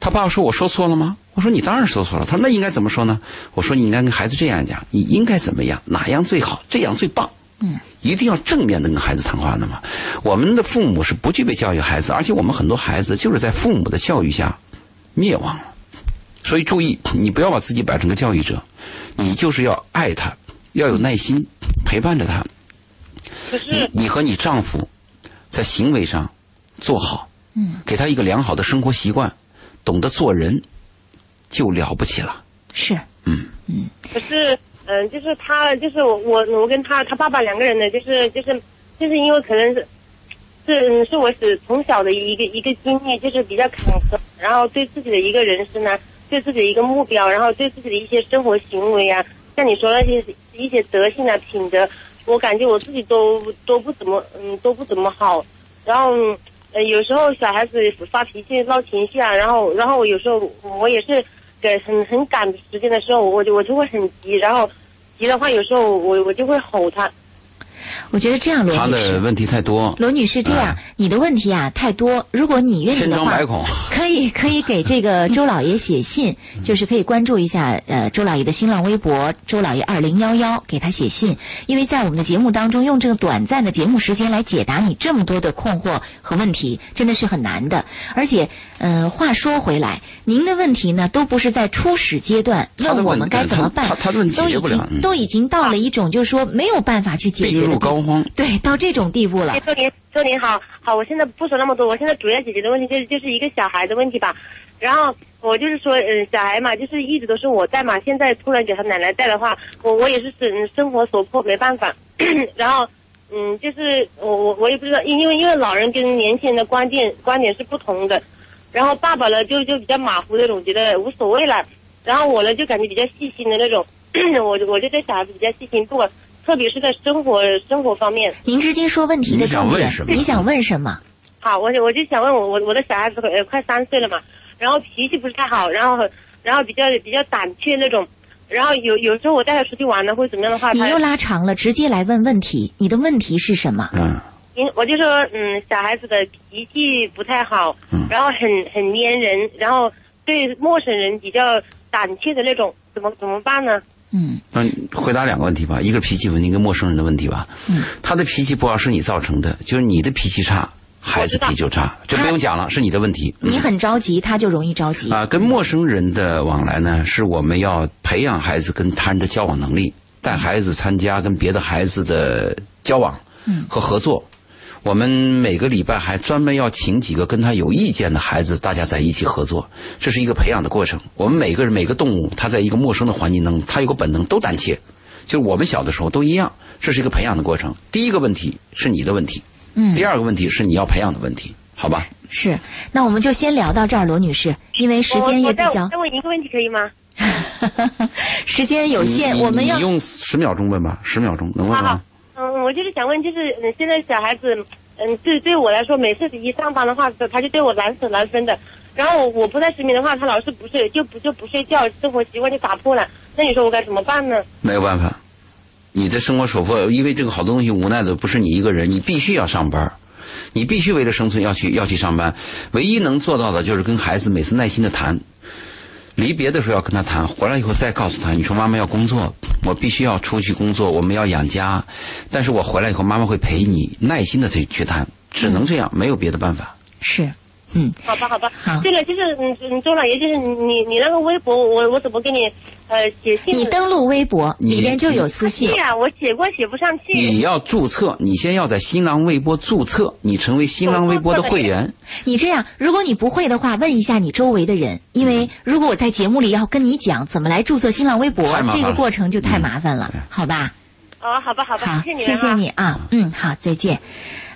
他爸爸说：“我说错了吗？”我说：“你当然说错了。”他说：“那应该怎么说呢？”我说：“你应该跟孩子这样讲，你应该怎么样，哪样最好，这样最棒。”
嗯，
一定要正面的跟孩子谈话的嘛。我们的父母是不具备教育孩子，而且我们很多孩子就是在父母的教育下灭亡了。所以注意，你不要把自己摆成个教育者，你就是要爱他，要有耐心，陪伴着他。
可是
你和你丈夫在行为上做好，
嗯，
给他一个良好的生活习惯，懂得做人，就了不起了。嗯
是，
可是嗯、呃就是他就是我我我跟他他爸爸两个人呢，就是就是就是因为可能是。是嗯是我是从小的一个一个经历，就是比较坎坷，然后对自己的一个人生呢，对自己的一个目标，然后对自己的一些生活行为啊，像你说那些一些德性啊、品德，我感觉我自己都都不怎么嗯都不怎么好，然后嗯呃有时候小孩子发脾气、闹情绪啊，然后然后我有时候我也是给很很赶时间的时候，我就我就会很急，然后急的话有时候我我就会吼他，
我觉得这样，罗
他
女
的
士，
问题太多，
罗女士这样，你的问题啊太多，如果你愿意
千
的
疮
话
百，孔。
可以可以给这 个周老爷写信，就是可以关注一下呃周老爷的新浪微博周老爷二零幺幺，给他写信，因为在我们的节目当中用这个短暂的节目时间来解答你这么多的困惑和问题，真的是很难的。而且呃，话说回来，您的问题呢都不是在初始阶段
他的
问我
问
们该怎么办
他，他的问题
都
解
已
决不了，
经都已经到了一种就是说没有办法去解
病
决
入
的地
膏肓。
对，到这种地步了。
周哎您，周您好，好，我现在不说那么多，我现在主要解决的问题就是就是一个小孩的问题吧。然后我就是说，嗯，小孩嘛，就是一直都是我带嘛，现在突然给他奶奶带的话，我我也是生嗯生活所迫，没办法。 然后，嗯，就是我我我也不知道，因因为因为老人跟年轻人的观点观点是不同的。然后爸爸呢，就就比较马虎那种，觉得无 所谓了。然后我呢，就感觉比较细心的那种，我就我就对小孩子比较细心，不管特别是在生活生活方面。
您直接说问题的
你想
重点
问什，么
你想问什么？
好，我就我就想问我我我的小孩子呃快三岁了嘛，然后脾气不是太好，然后然后比较比较胆怯那种，然后有有时候我带他出去玩呢或者怎么样的话，
你
他
又拉长了，直接来问问题。你的问题是什么？
嗯，
因我就说嗯小孩子的脾气不太好，
嗯
然后很很粘人，然后对陌生人比较胆怯的那种，怎么怎么办呢？
嗯，
那你回答两个问题吧，一个脾气问题，一个陌生人的问题吧。嗯，他的脾气不好是你造成的，就是你的脾气差，孩子脾气就差，这不用讲了，是你的问题。嗯
你很着急，他就容易着急。
啊，跟陌生人的往来呢，是我们要培养孩子跟他人的交往能力，带孩子参加跟别的孩子的交往和合作。我们每个礼拜还专门要请几个跟他有意见的孩子，大家在一起合作，这是一个培养的过程。我们每个人每个动物，它在一个陌生的环境当中，它有个本能都胆怯，就是我们小的时候都一样，这是一个培养的过程。第一个问题是你的问题，
嗯
第二个问题是你要培养的问题，好吧？
是，那我们就先聊到这儿，罗女士，因为时间
我
也
我
比
再
较
再，问一个问题可以吗？
时间有限，
你
我们
你
要
你用十秒钟问吧，十秒钟能问
好
吗
好？，嗯，我就是想问，就是嗯，现在小孩子，嗯，对对我来说，每次一上班的话，他就对我难舍难分的。然后我不在失眠的话，他老是不睡，就不就不睡觉，生活习惯就打破了。那你说我该怎么办呢？
没有办法，你的生活所迫，因为这个好多东西无奈的不是你一个人，你必须要上班儿，你必须为了生存要去要去上班。唯一能做到的就是跟孩子每次耐心的谈，离别的时候要跟他谈，回来以后再告诉他，你说妈妈要工作，我必须要出去工作，我们要养家，但是我回来以后妈妈会陪你，耐心的去去谈，只能这样，没有别的办法。
是，嗯，
好吧，好吧。
好
对了，就是嗯，嗯周老爷，就是你你那个微博，我我怎么给你呃写信？
你登录微博
你
里边就有私信
对，啊，我写过写不上
你
去。
要注册，你先要在新浪微博注册，你成为新浪微博的会员。
你这样，如果你不会的话，问一下你周围的人，因
嗯
为如果我在节目里要跟你讲怎么来注册新浪微博
太麻，烦
这
了嗯
个过程就太麻烦了，好吧？
哦，好吧，好吧，
好，
谢你
谢
们
谢
啊。
你啊，嗯，好，再见。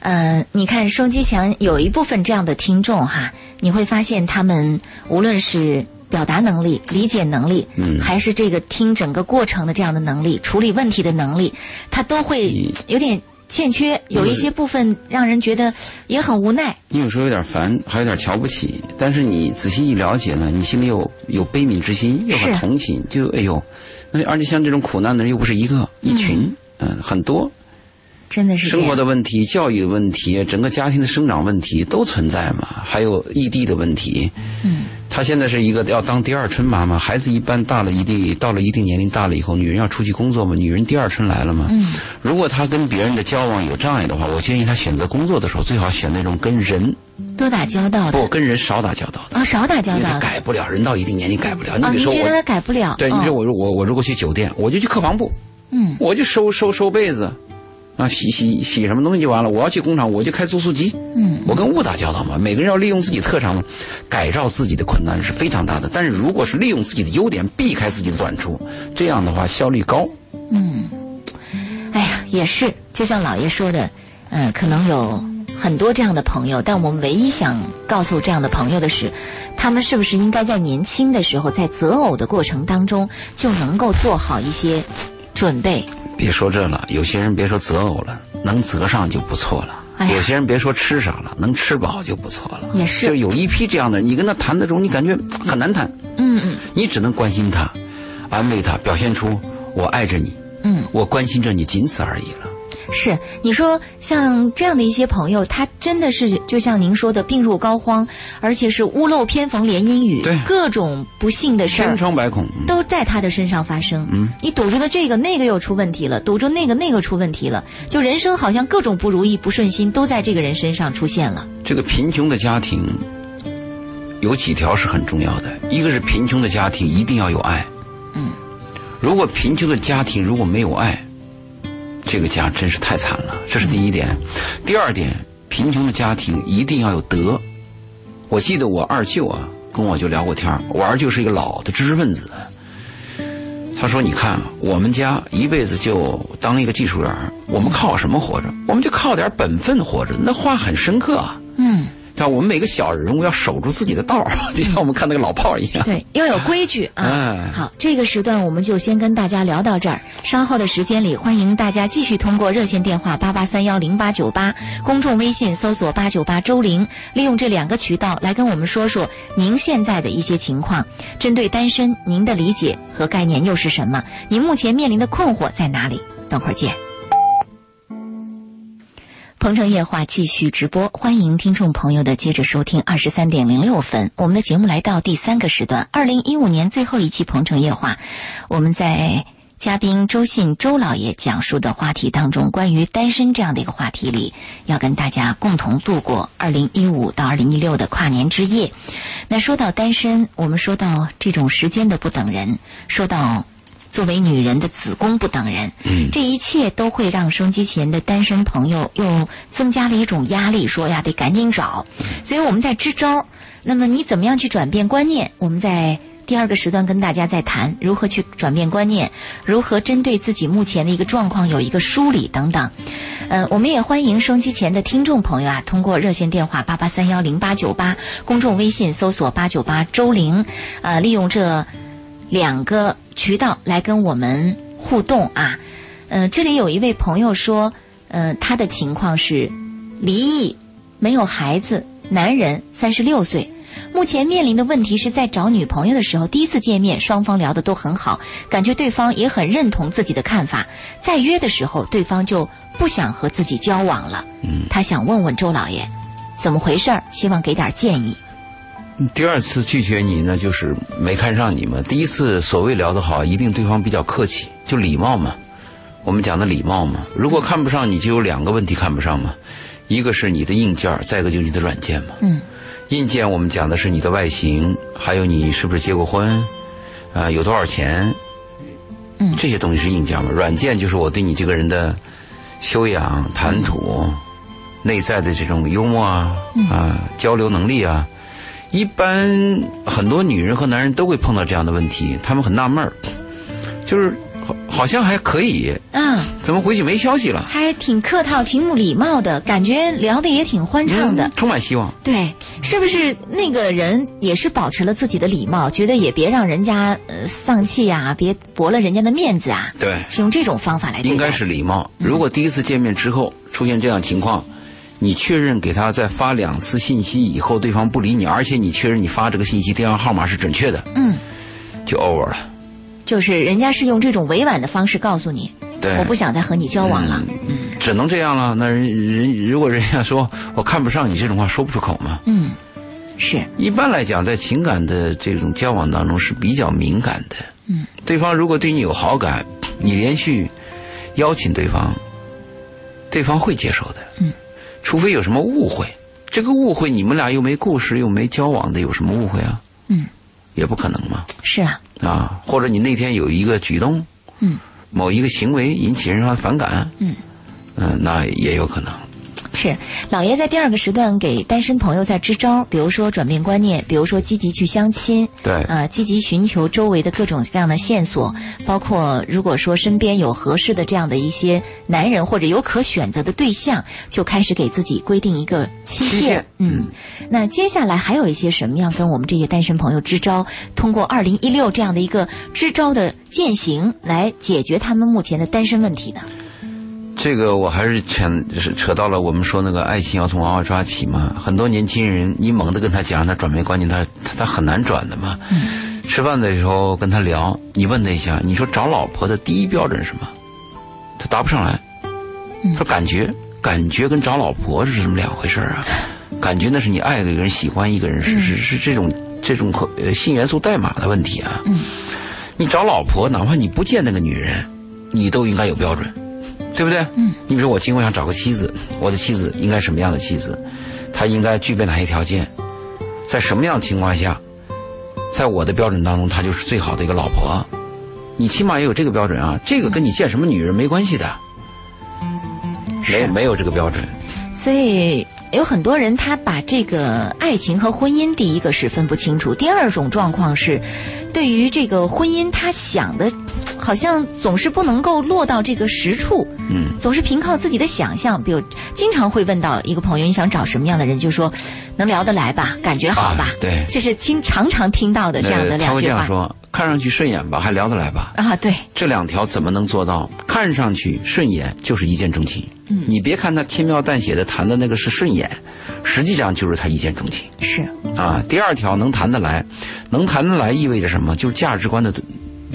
呃，你看收机前有一部分这样的听众哈，你会发现他们无论是表达能力、理解能力，嗯，还是这个听整个过程的这样的能力、处理问题的能力，他都
嗯
会有点欠缺，有一些部分让人觉得也很无奈。
你有时候有点烦，还有点瞧不起，但是你仔细一了解呢，你心里有有悲悯之心，又很
是
同情，就哎呦，那而且像这种苦难的人又不是一个一群，嗯、很多
真的是这
生活
样，
的问题、教育的问题、整个家庭的生长问题都存在嘛，还有异地的问题。
嗯，
她现在是一个要当第二春妈妈，孩子一般大了一定到了一定年龄大了以后，女人要出去工作嘛，女人第二春来了嘛。嗯，如果她跟别人的交往有障碍的话，我建议她选择工作的时候最好选那种跟人。
多打交道的
不跟人少打交道的，
啊、少打交
因为他
道的
改不了，人到一定年龄改不了。你
啊，
比
您
如说
觉得他
我，
改不了？
对，你
哦
说我如我我如果去酒店，我就去客房部，
嗯，
我就收收收被子，啊，洗洗洗什么东西就完了。我要去工厂，我就开租速机，
嗯，
我跟物打交道嘛。每个人要利用自己特长，改造自己的困难是非常大的。但是如果是利用自己的优点，避开自己的短处，这样的话效率高。
哎呀，也是，就像老爷说的，嗯，可能有很多这样的朋友，但我们唯一想告诉这样的朋友的是，他们是不是应该在年轻的时候，在择偶的过程当中就能够做好一些准备？
别说这了，有些人别说择偶了，能择上就不错了。
哎呀
有些人别说吃啥了，能吃饱就不错了。
也是
就有一批这样的人，你跟他谈的时候，你感觉嗯很难谈，
嗯嗯
你只能关心他，安慰他，表现出我爱着你，
嗯，
我关心着你，仅此而已了。
是，你说像这样的一些朋友，他真的是就像您说的病入膏肓，而且是屋漏偏逢连阴雨
对，
各种不幸的事
千
儿。
疮百孔，嗯
都在他的身上发生。嗯，你堵住了这个，那个又出问题了；堵住那个，那个出问题了。就人生好像各种不如意、不顺心都在这个人身上出现了。
这个贫穷的家庭有几条是很重要的，一个是贫穷的家庭一定要有爱。如果贫穷的家庭如果没有爱，这个家真是太惨了。这是第一点。第二点，贫穷的家庭一定要有德。我记得我二舅啊，跟我就聊过天儿我二舅是一个老的知识分子，他说：“你看，我们家一辈子就当一个技术员儿，我们靠什么活着？我们就靠点本分活着。那话很深刻啊。
嗯，
但我们每个小人物要守住自己的道儿， 就像我们看那个老炮儿一样。
对，要有规矩啊。
哎
好，这个时段我们就先跟大家聊到这儿。稍后的时间里，欢迎大家继续通过热线电话八八三幺零八九八，公众微信搜索八九八周玲，利用这两个渠道来跟我们说说您现在的一些情况，针对单身您的理解和概念又是什么？您目前面临的困惑在哪里？等会儿见。鹏城夜话继续直播，欢迎听众朋友的接着收听二十三点零六分。我们的节目来到第三个时段，二零一五年最后一期鹏城夜话，我们在嘉宾周信周老爷讲述的话题当中，关于单身这样的一个话题里，要跟大家共同度过二零一五到二零一六的跨年之夜。那说到单身，我们说到这种时间的不等人，说到作为女人的子宫不等人，
嗯
这一切都会让收音机前的单身朋友又增加了一种压力，说呀得赶紧找，所以我们在支招。那么你怎么样去转变观念？我们在第二个时段跟大家再谈如何去转变观念，如何针对自己目前的一个状况有一个梳理等等。呃，我们也欢迎收音机前的听众朋友啊，通过热线电话八八三幺零八九八，公众微信搜索八九八周玲，呃，利用这两个渠道来跟我们互动啊。呃，这里有一位朋友说，呃，他的情况是离异，没有孩子，男人，三十六岁。目前面临的问题是在找女朋友的时候，第一次见面，双方聊得都很好，感觉对方也很认同自己的看法。再约的时候，对方就不想和自己交往了。
嗯，
他想问问周老爷，怎么回事儿？希望给点建议。
第二次拒绝你呢，就是没看上你嘛。第一次所谓聊得好，一定对方比较客气，就礼貌嘛。我们讲的礼貌嘛。如果看不上你，就有两个问题看不上嘛，一个是你的硬件儿，再一个就是你的软件嘛。
嗯，
硬件我们讲的是你的外形，还有你是不是结过婚，啊、有多少钱，
嗯
这些东西是硬件嘛。软件就是我对你这个人的修养、谈吐、
嗯
内在的这种幽默啊，啊，交流能力啊。一般很多女人和男人都会碰到这样的问题，他们很纳闷儿，就是好好像还可以，
啊，
怎么回去没消息了？
还挺客套，挺礼貌的，感觉聊得也挺欢畅的。
嗯充满希望。
对，是不是那个人也是保持了自己的礼貌，觉得也别让人家呃丧气啊，别驳了人家的面子啊，
对，
是用这种方法来对待
应该是礼貌。
嗯
如果第一次见面之后出现这样情况，你确认给他再发两次信息以后，对方不理你，而且你确认你发这个信息电话号码是准确的，
嗯，
就 over 了。
就是人家是用这种委婉的方式告诉你，
对，嗯
我不想再和你交往了。
只能这样了。那人人如果人家说我看不上你这种话，说不出口嘛。
嗯，是，
一般来讲，在情感的这种交往当中是比较敏感的。嗯，对方如果对你有好感，你连续邀请对方，对方会接受的。嗯，除非有什么误会，这个误会你们俩又没故事，又没交往的，有什么误会啊？
嗯，
也不可能嘛。
是啊，
啊，或者你那天有一个举动，
嗯，
某一个行为引起人家反感，
嗯，
嗯、那也有可能。
是，老爷在第二个时段给单身朋友在支招，比如说转变观念，比如说积极去相亲，
对
呃，积极寻求周围的各种各样的线索，包括如果说身边有合适的这样的一些男人或者有可选择的对象，就开始给自己规定一个期限。
期限
嗯，那接下来还有一些什么样跟我们这些单身朋友支招，通过二零一六这样的一个支招的践行来解决他们目前的单身问题呢？
这个我还是扯是扯到了我们说那个爱情要从娃娃抓起嘛，很多年轻人你猛地跟他讲让他转变观念，他他他很难转的嘛。吃饭的时候跟他聊，你问他一下，你说找老婆的第一标准是什么？他答不上来，他说感觉感觉跟找老婆是什么两回事儿啊？感觉那是你爱一个人、喜欢一个人，是是是这种这种和呃性元素代码的问题啊。你找老婆，哪怕你不见那个女人，你都应该有标准。对不对？嗯，你比如说我今后想找个妻子，我的妻子应该什么样的妻子？她应该具备哪些条件？在什么样的情况下，在我的标准当中，她就是最好的一个老婆？你起码也有这个标准啊，这个跟你见什么女人没关系的，
嗯
没没有这个标准。
所以有很多人他把这个爱情和婚姻，第一个是分不清楚，第二种状况是，对于这个婚姻他想的。好像总是不能够落到这个实处，
嗯，
总是凭靠自己的想象。比如经常会问到一个朋友，你想找什么样的人，就说能聊得来吧，感觉好吧，
啊对呃
这是经常常听到的这样的
他
两
会这
句
样
话
说：看上去顺眼吧，还聊得来吧。
啊，对，
这两条怎么能做到？看上去顺眼就是一见钟情。嗯，你别看他轻描淡写的谈的那个是顺眼，实际上就是他一见钟情
是
啊。第二条能谈得来，能谈得来意味着什么？就是价值观的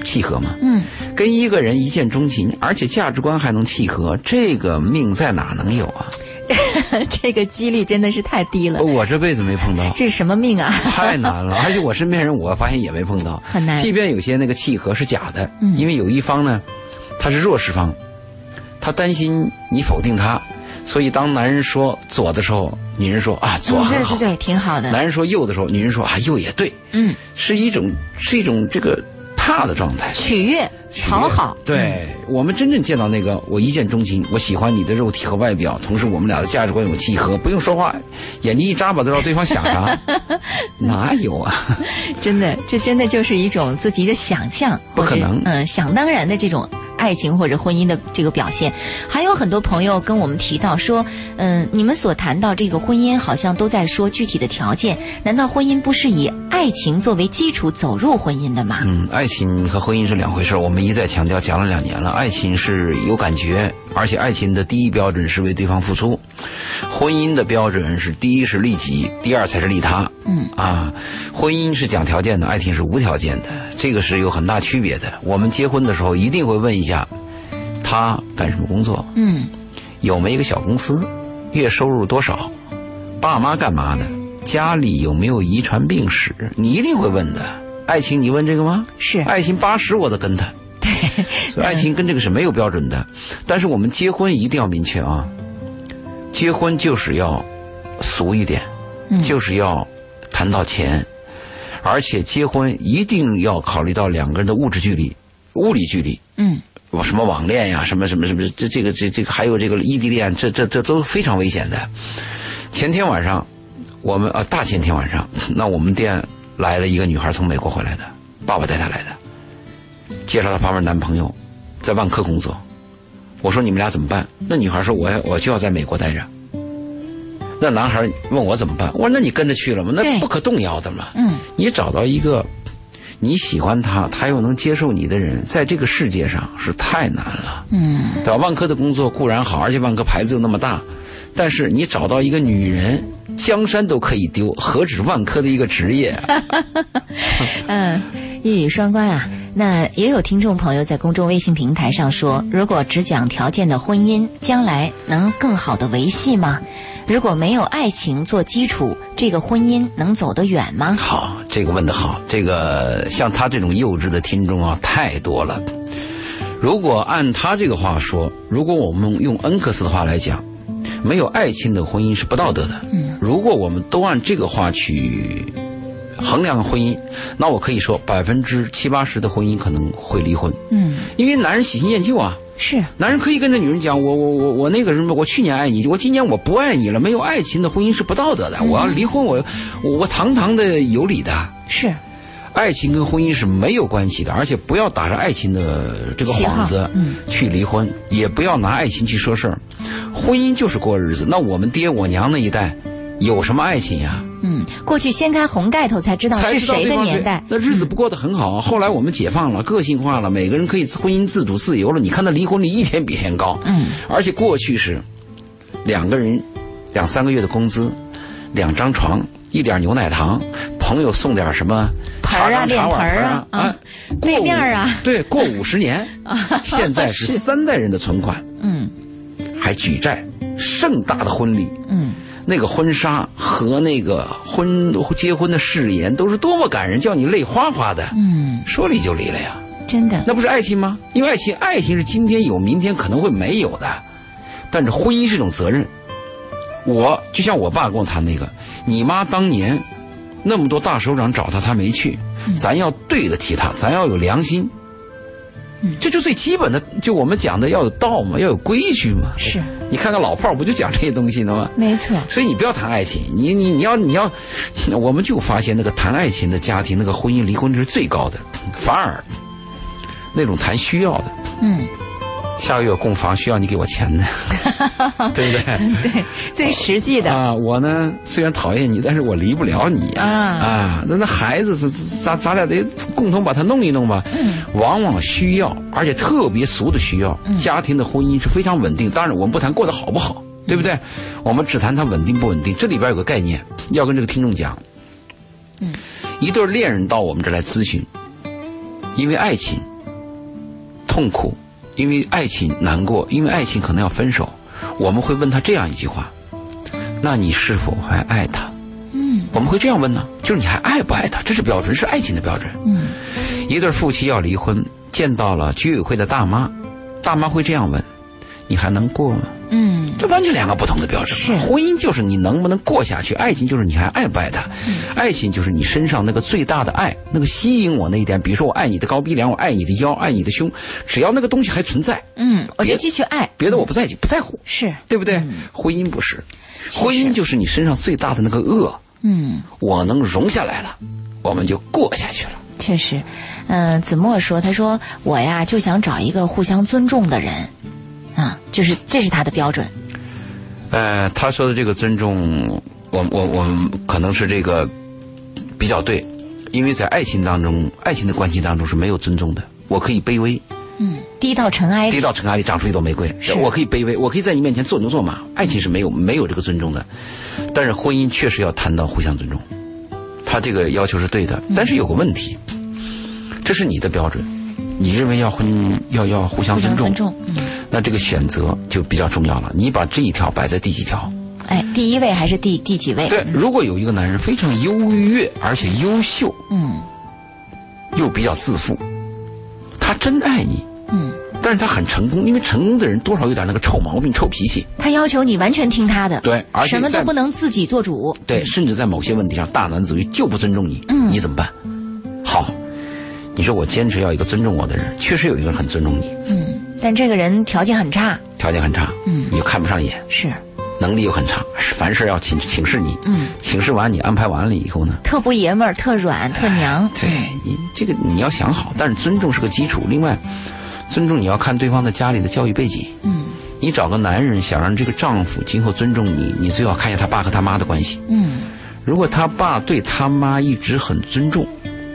契合嘛。
嗯，
跟一个人一见钟情，而且价值观还能契合，这个命在哪能有啊？嗯
嗯 这个几率真的是太低了，
我这辈子没碰到。
这是什么命啊？
太难了，而且我身边人我发现也没碰到，
很难
即便有些那个契合是假的，
嗯
因为有一方呢，他是弱势方，他担心你否定他，所以当男人说左的时候，女人说啊左
嗯
很
对
好
对；对，挺好的，
男人说右的时候，女人说啊右也对，
嗯，
是一种是一种这个踏的状态。
取悦、讨好，嗯
对我们真正见到那个我一见钟情，我喜欢你的肉体和外表，同时我们俩的价值观有契合，不用说话，眼睛一眨巴都知道对方想 啥，哪有啊？
真的，这真的就是一种自己的想象，
不可能
或者嗯，想当然的这种爱情或者婚姻的这个表现。还有很多朋友跟我们提到说，嗯，你们所谈到这个婚姻，好像都在说具体的条件，难道婚姻不是以爱情作为基础走入婚姻的吗？
嗯，爱情和婚姻是两回事儿，我们一再强调，讲了两年了。爱情是有感觉，而且爱情的第一标准是为对方付出，婚姻的标准是第一是利己，第二才是利他。
嗯
啊，婚姻是讲条件的，爱情是无条件的，这个是有很大区别的。我们结婚的时候一定会问一下，他干什么工作，
嗯
有没有一个小公司，月收入多少，爸妈干嘛的，家里有没有遗传病史，你一定会问的。爱情，你问这个吗？
是
爱情八十我都跟他。对，所以爱情跟这个是没有标准的。但是我们结婚一定要明确啊，结婚就是要俗一点，就是要谈到钱，而且结婚一定要考虑到两个人的物质距离、物理距离。
嗯，
什么网恋呀、什么什么什么，这这个这这个还有这个异地恋，这这这都非常危险的。前天晚上，我们啊大前天晚上， 那我们店来了一个女孩，从美国回来的，爸爸带她来的，介绍她旁边男朋友，在万科工作。我说你们俩怎么办？那女孩说我要我就要在美国待着。那男孩问我怎么办？我说那你跟着去了吗？
对
那不可动摇的嘛。
嗯，
你找到一个你喜欢他，他又能接受你的人，在这个世界上是太难了，
嗯，
对吧？万科的工作固然好，而且万科牌子又那么大，但是你找到一个女人，江山都可以丢，何止万科的一个职业？
嗯，一语双关啊。那也有听众朋友在公众微信平台上说，如果只讲条件的婚姻，将来能更好的维系吗？如果没有爱情做基础，这个婚姻能走得远吗？
好，这个问得好，这个像他这种幼稚的听众啊，太多了。如果按他这个话说，如果我们用恩格斯的话来讲，没有爱情的婚姻是不道德的。嗯，如果我们都按这个话去衡量婚姻，那我可以说百分之七八十的婚姻可能会离婚，
嗯，
因为男人喜新厌旧啊。
是，
男人可以跟这女人讲，我我我我那个什么，我去年爱你，我今年我不爱你了。没有爱情的婚姻是不道德
嗯
的。我要离婚，我我我堂堂的有理的。
是，
爱情跟婚姻是没有关系的，而且不要打着爱情的这个幌
旗
子
号嗯
去离婚，也不要拿爱情去说事儿。婚姻就是过日子。那我们爹我娘那一代有什么爱情呀？
嗯，过去掀开红盖头才知道
才
是
知道
谁
对
的
方
年代。嗯
那日子不过得很好。啊后来我们解放了，个性化了，每个人可以婚姻自主自由了。你看那离婚率一天比一天高，
嗯，
而且过去是两个人两三个月的工资，两张床，一点牛奶糖，朋友送点什么
盆儿啊
茶缸茶碗
脸盆儿
儿
啊
啊，
啊
过
那
五
面儿啊，
对，过五十年，现在 是三代人的存款，
嗯
还举债，盛大的婚礼，
嗯，
那个婚纱和那个婚结婚的誓言都是多么感人，叫你泪哗哗的。
嗯，
说离就离了呀，
真的，
那不是爱情吗？因为爱情，爱情是今天有，明天可能会没有的，但是婚姻是一种责任。我就像我爸跟我谈那个，你妈当年那么多大首长找他，他没去，咱要对得起他，咱要有良心。这就最基本的，就我们讲的要有道嘛，要有规矩嘛。
是，
你看看老炮儿不就讲这些东西呢吗？
没错，
所以你不要谈爱情，你你你要你要，我们就发现那个谈爱情的家庭，那个婚姻离婚率是最高的，反而那种谈需要的，
嗯，
下个月有供房需要你给我钱的， 对不对？
对，最实际的，
啊，我呢虽然讨厌你，但是我离不了你呀、
啊
啊，那那孩子是咱咱俩得共同把他弄一弄吧。嗯，往往需要，而且特别俗的需要，家庭的婚姻是非常稳定。当然，我们不谈过得好不好，对不对？我们只谈它稳定不稳定。这里边有个概念要跟这个听众讲。嗯，一对恋人到我们这儿来咨询，因为爱情痛苦，因为爱情难过，因为爱情可能要分手，我们会问他这样一句话。那你是否还爱他？
嗯
我们会这样问呢，就是你还爱不爱他？这是标准，是爱情的标准。
嗯
一对夫妻要离婚，见到了居委会的大妈，大妈会这样问：“你还能过吗
嗯？”
这完全两个不同的标准。
是
婚姻就是你能不能过下去，爱情就是你还爱不爱他，爱情就是你身上那个最大的爱，那个吸引我那一点。比如说，我爱你的高鼻梁，我爱你的腰，爱你的胸，只要那个东西还存在，
嗯，我就继续爱，
别的我不在意，不在乎，
是，
对不对？婚姻不是，婚姻就是你身上最大的那个恶。
嗯。
我能容下来了，我们就过下去了。
确实，嗯、子墨说，他说我呀就想找一个互相尊重的人，啊，就是这是他的标准，
呃，他说的这个尊重，我我我们可能是这个比较对，因为在爱情当中，爱情的关系当中是没有尊重的。我可以卑微，
嗯，低到尘埃
低
里，
到尘埃里长出一朵玫瑰
是。
我可以卑微，我可以在你面前做牛做马。爱情是没有没有这个尊重的，但是婚姻确实要谈到互相尊重，他这个要求是对的。
嗯
但是有个问题，这是你的标准，你认为要婚姻要要互相
互
尊
相
重
尊，重，嗯，
那这个选择就比较重要了。你把这一条摆在第几条？
哎，第一位还是第第几位？
对，如果有一个男人非常优越，而且优秀，
嗯
又比较自负，他真爱你，
嗯，
但是他很成功，因为成功的人多少有点那个臭毛病、臭脾气，
他要求你完全听他的，
对而且
什么都
在
不能自己做主，
对，甚至在某些问题上大男子主义就不尊重你，嗯，你怎么办？好，你说我坚持要一个尊重我的人，确实有一个人很尊重你，
嗯，但这个人条件很差，
条件很差，
嗯
你又看不上眼，
是
能力又很差，凡事要请请示你，
嗯，
请示完你安排完了以后呢，
特不爷们儿，特软，特娘，
对你这个你要想好，但是尊重是个基础。另外，尊重你要看对方的家里的教育背景。
嗯
你找个男人想让这个丈夫今后尊重你，你最好看一下他爸和他妈的关系。
嗯
如果他爸对他妈一直很尊重，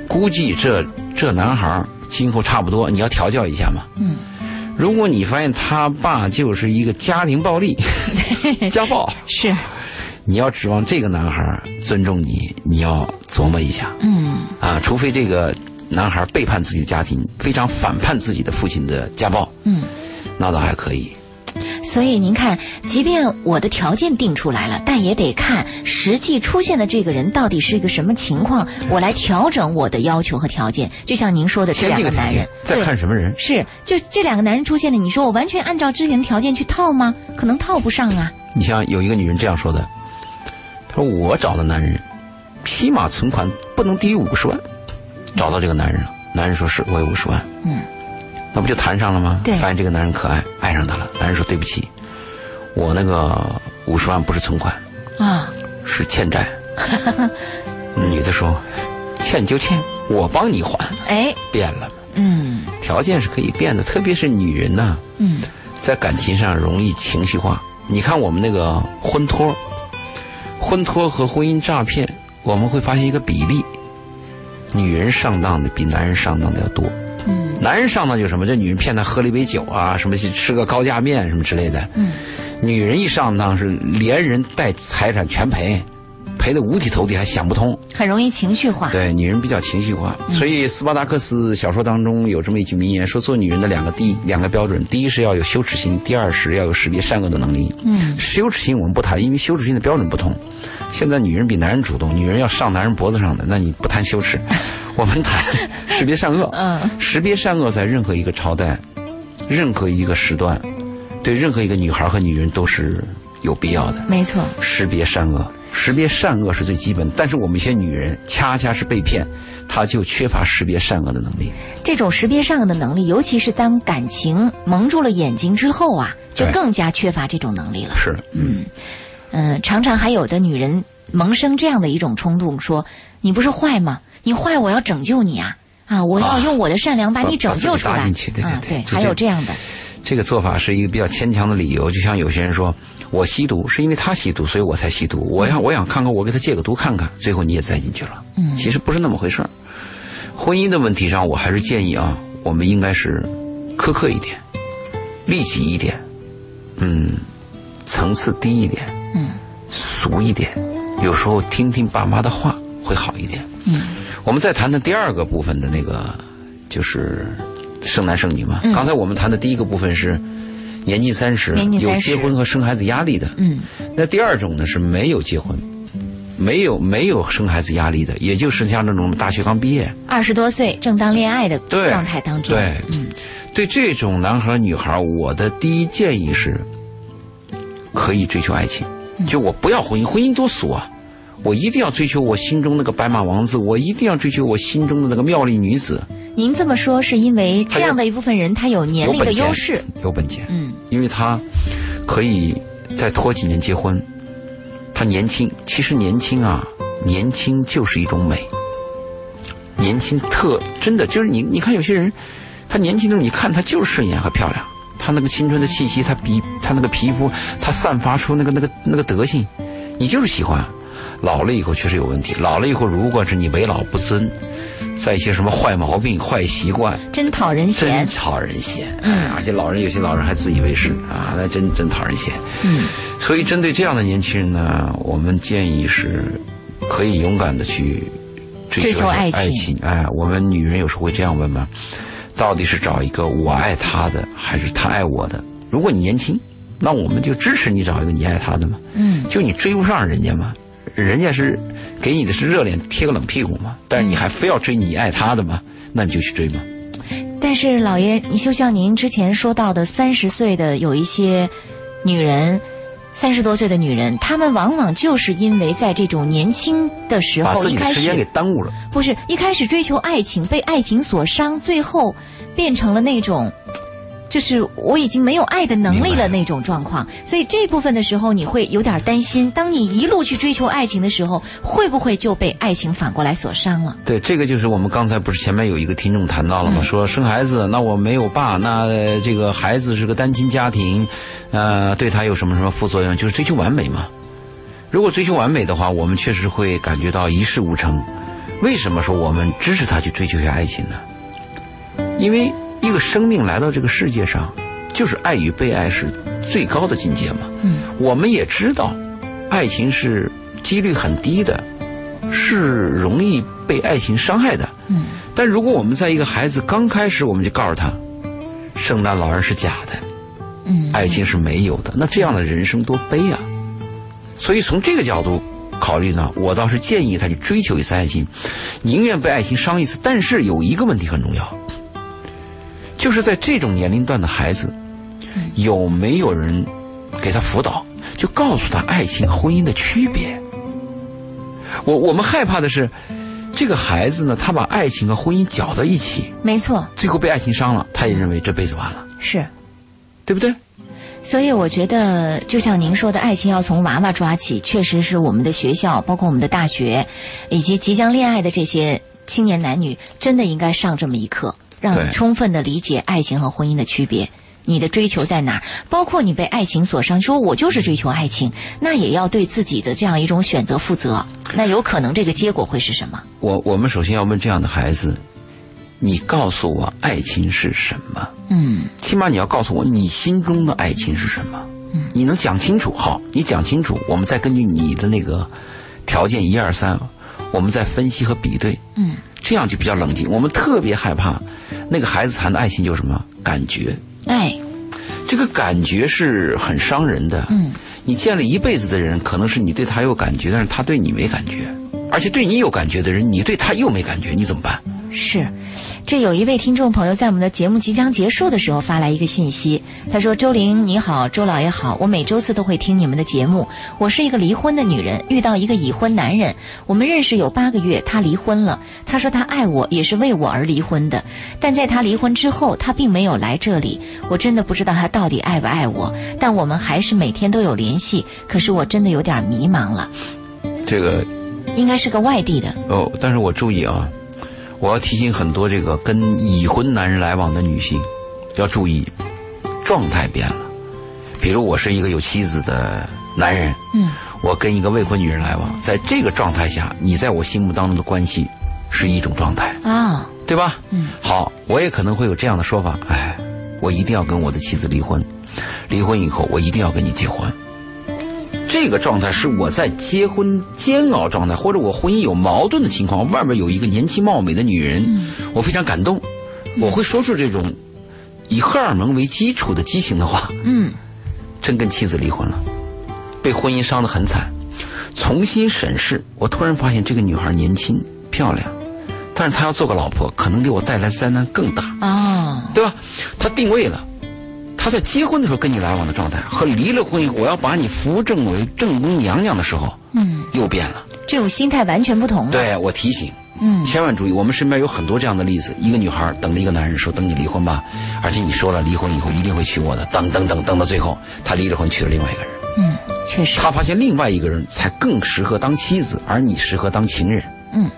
估计这这男孩儿今后差不多你要调教一下嘛。
嗯，
如果你发现他爸就是一个家庭暴 力、家暴，
是，
你要指望这个男孩儿尊重你，你要琢磨一下。
嗯
啊，除非这个男孩背叛自己的家庭，非常反叛自己的父亲的家暴，
嗯。
那倒还可以。
所以您看，即便我的条件定出来了，但也得看实际出现的这个人到底是一个什么情况，我来调整我的要求和条件。就像您说的，这
先
两
这个条
男人
件，，再看什么人。
是就这两个男人出现了，你说我完全按照之前的条件去套吗？可能套不上啊。
你像有一个女人这样说的，她说：“我找的男人，起码存款不能低于五十万。”找到这个男人了，男人说是：“我有五十万。”
嗯，
那不就谈上了吗？
对
发现这个男人可爱，爱上他了。男人说：“对不起，我那个五十万不是存款，
啊，
是欠债。”女的说：“欠就欠，我帮你还。”
哎，
变了。
嗯
条件是可以变的，特别是女人呐、
嗯
在感情上容易情绪化。你看我们那个婚托、婚托和婚姻诈骗，我们会发现一个比例，女人上当的比男人上当的要多。
嗯，
男人上当就是什么？这女人骗他喝了一杯酒啊，什么去吃个高价面什么之类的。
嗯，
女人一上当是连人带财产全赔，赔得五体投地，还想不通。
很容易情绪化。
对，女人比较情绪化，
嗯
所以斯巴达克斯小说当中有这么一句名言，说做女人的两个第两个标准，第一是要有羞耻心，第二是要有识别善恶的能力。
嗯
羞耻心我们不谈，因为羞耻心的标准不同。现在女人比男人主动，女人要上男人脖子上的，那你不谈羞 耻，我们谈识别善恶。
嗯
识别善恶在任何一个朝代、任何一个时段，对任何一个女孩和女人都是有必要的。
没错，
识别善恶，识别善恶是最基本。但是我们一些女人恰恰是被骗，她就缺乏识别善恶的能力。
这种识别善恶的能力，尤其是当感情蒙住了眼睛之后啊，就
对
更加缺乏这种能力了。
是，嗯，
嗯，常常还有的女人萌生这样的一种冲动，说：“你不是坏吗？你坏，我要拯救你啊！啊，我要用我的善良把你拯救出
把把自己搭
来。
进去对对
啊
对
对，
就
还
这
有这样的，
这个做法是一个比较牵强的理由，就像有些人说，我吸毒是因为他吸毒，所以我才吸毒。我要我想看看，我给他戒个毒看看，最后你也栽进去了。
嗯
其实不是那么回事儿。婚姻的问题上，我还是建议啊，我们应该是苛刻一点，利己一点，嗯，层次低一点，
嗯
俗一点，有时候听听爸妈的话会好一点。
嗯
我们再谈谈第二个部分的那个，就是剩男剩女嘛。刚才我们谈的第一个部分是嗯年近三十
年近
有
30
结婚和生孩子压力的，
嗯
那第二种呢是没有结婚，没有没有生孩子压力的，也就是像那种大学刚毕业，
二十多岁正当恋爱的
对
状态当中，
对
嗯
对这种男孩儿女孩儿，我的第一建议是，可以追求爱情，
嗯
就我不要婚姻，婚姻多俗啊！我一定要追求我心中那个白马王子，我一定要追求我心中的那个妙丽女子，
您这么说是因为
他
这
有
样的一部分人他有年
有
龄
本
的
钱
优势，，
有本钱。
嗯
因为他可以再拖几年结婚，他年轻。其实年轻啊，年轻就是一种美。年轻特真的就是你，你看有些人，他年轻的时候，你看他就是顺眼和漂亮，他那个青春的气息，他皮他那个皮肤，他散发出那个那个那个德性，你就是喜欢。老了以后确实有问题，老了以后如果是你为老不尊，在一些什么坏毛病、坏习惯，
真讨人
真
嫌，
讨人嫌，
嗯
哎，而且老人有些老人还自以为是啊，那真真讨人嫌。
嗯
所以针对这样的年轻人呢，我们建议是，可以勇敢的去追
追求
求
爱情
爱情。哎，我们女人有时候会这样问嘛，到底是找一个我爱他的，还是他爱我的？如果你年轻，那我们就支持你找一个你爱他的嘛。
嗯
就你追不上人家嘛，人家是给你的是热脸贴个冷屁股嘛，但是你还非要追你爱他的嘛，那你就去追嘛。
但是老爷，你就像您之前说到的，三十岁的有一些女人，三十多岁的女人，她们往往就是因为在这种年轻的时
把
候，
自
一
己的
开
时间给
始
耽误了。
不是一开始追求爱情，被爱情所伤，最后变成了那种。就是我已经没有爱的能力
明白
了那种状况，所以这部分的时候你会有点担心。当你一路去追求爱情的时候，会不会就被爱情反过来所伤了？
对，这个就是我们刚才不是前面有一个听众谈到
嗯
了吗？说生孩子，那我没有爸，那呃这个孩子是个单亲家庭，呃，对他有什么什么副作用？就是追求完美嘛。如果追求完美的话，我们确实会感觉到一事无成。为什么说我们支持他去追求一下爱情呢？因为一个生命来到这个世界上，就是爱与被爱是最高的境界嘛。
嗯，
我们也知道，爱情是几率很低的，是容易被爱情伤害的。
嗯，
但如果我们在一个孩子刚开始，我们就告诉他，圣诞老人是假的，
嗯
爱情是没有的，那这样的人生多悲啊！所以从这个角度考虑呢，我倒是建议他去追求一次爱情，宁愿被爱情伤一次。但是有一个问题很重要，就是在这种年龄段的孩子，
嗯
有没有人给他辅导，就告诉他爱情和婚姻的区别？我我们害怕的是，这个孩子呢，他把爱情和婚姻搅到一起，
没错，
最后被爱情伤了，他也认为这辈子完了，
是。
对不对？
所以我觉得，就像您说的，爱情要从娃娃抓起，确实是我们的学校，包括我们的大学，以及即将恋爱的这些青年男女，真的应该上这么一课，让
对
你充分的理解爱情和婚姻的区别。你的追求在哪儿？包括你被爱情所伤，说我就是追求爱情，那也要对自己的这样一种选择负责。那有可能这个结果会是什么？
我我们首先要问这样的孩子：你告诉我爱情是什么？
嗯
起码你要告诉我你心中的爱情是什么。嗯，你能讲清楚，好，你讲清楚，我们再根据你的那个条件一二三，我们再分析和比对，
嗯
这样就比较冷静。我们特别害怕那个孩子谈的爱情就是什么感觉，
哎，
这个感觉是很伤人的。
嗯，
你见了一辈子的人，可能是你对他有感觉，但是他对你没感觉，而且对你有感觉的人，你对他又没感觉，你怎么办？
是，这有一位听众朋友在我们的节目即将结束的时候发来一个信息，他说：“周玲你好，周老爷好，我每周四都会听你们的节目。我是一个离婚的女人，遇到一个已婚男人，我们认识有八个月，他离婚了。他说他爱我，也是为我而离婚的。但在他离婚之后，他并没有来这里。我真的不知道他到底爱不爱我，但我们还是每天都有联系。可是我真的有点迷茫了，
这个
应该是个外地的，
哦，但是我注意啊，我要提醒很多这个跟已婚男人来往的女性，要注意状态变了。比如我是一个有妻子的男人，
嗯，
我跟一个未婚女人来往，在这个状态下，你在我心目当中的关系是一种状态，
啊、
对吧？
嗯，
好，我也可能会有这样的说法，哎，我一定要跟我的妻子离婚，离婚以后我一定要跟你结婚。这个状态是我在结婚煎熬状态，或者我婚姻有矛盾的情况，外面有一个年轻貌美的女人，我非常感动，我会说出这种以荷尔蒙为基础的激情的话。
嗯，
真跟妻子离婚了，被婚姻伤得很惨。重新审视，我突然发现这个女孩年轻漂亮，但是她要做个老婆，可能给我带来灾难更大，
哦，
对吧？她定位了，她在结婚的时候跟你来往的状态和离了婚以后我要把你扶正为正宫娘娘的时候，
嗯，
又变了。
这种心态完全不同啊了。
对我提醒，
嗯
千万注意，我们身边有很多这样的例子。一个女孩等着一个男人说：“等你离婚吧。”而且你说了离婚以后一定会娶我的，等等等等到最后，她离了婚娶了另外一个人。
嗯，确实，
她发现另外一个人才更适合当妻子，而你适合当情人，
嗯、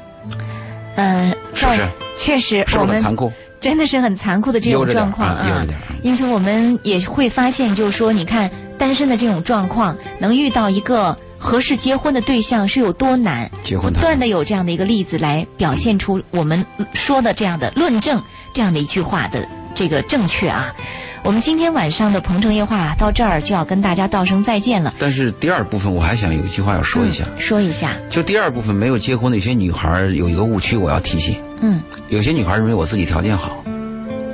是不是
在确实，
是不
我
是
们
很残酷？
真的是很残酷的这
悠
种
着点
状况
啊悠着点嗯
因此，我们也会发现，就是说，你看单身的这种状况，能遇到一个合适结婚的对象是有多难。
结婚
不
谈
断的有这样的一个例子来表现出我们说的这样的论证这样的一句话的这个正确啊。 我们今天晚上的《鹏城夜话》到这儿就要跟大家道声再见了。
但是第二部分我还想有一句话要说一下，
嗯说一下，
就第二部分没有结婚的有些女孩有一个误区，我要提醒。
嗯
有些女孩认为我自己条件好，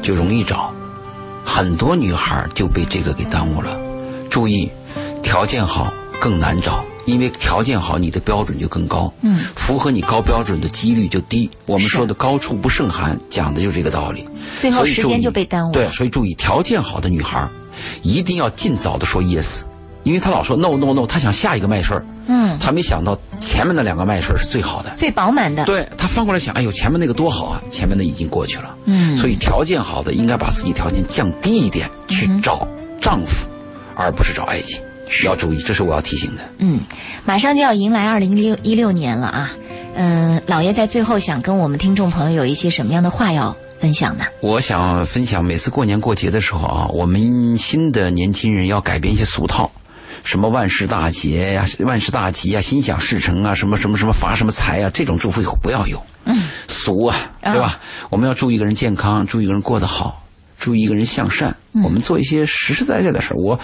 就容易找，很多女孩就被这个给耽误了。注意，条件好更难找，因为条件好你的标准就更高，
嗯，
符合你高标准的几率就低。我们
是
说的高处不胜寒，讲的就是这个道理。
最后
所以
时
注
间
意
就被耽误了
对，所以注意，条件好的女孩一定要尽早的说 yes，因为她老说 no no no，她想下一个卖事儿，
嗯，
她没想到前面那两个卖事儿是最好的。
最饱满的，
对他翻过来想，哎呦，前面那个多好啊，前面的已经过去了。
嗯
所以条件好的应该把自己条件降低一点，
嗯
去找丈夫，而不是找爱情。要注意，这是我要提醒的。
嗯，马上就要迎来二零六一六年了啊。嗯，老爷在最后想跟我们听众朋友有一些什么样的话要分享呢？
我想分享，每次过年过节的时候啊，我们新的年轻人要改变一些俗套，什么万事大吉呀、万事大吉呀、心想事成啊，什么什么什么发什么财啊，这种祝福以后不要有，嗯，俗啊，对吧？我们要祝一个人健康，祝一个人过得好，祝一个人向善。我们做一些实实在在的事儿。我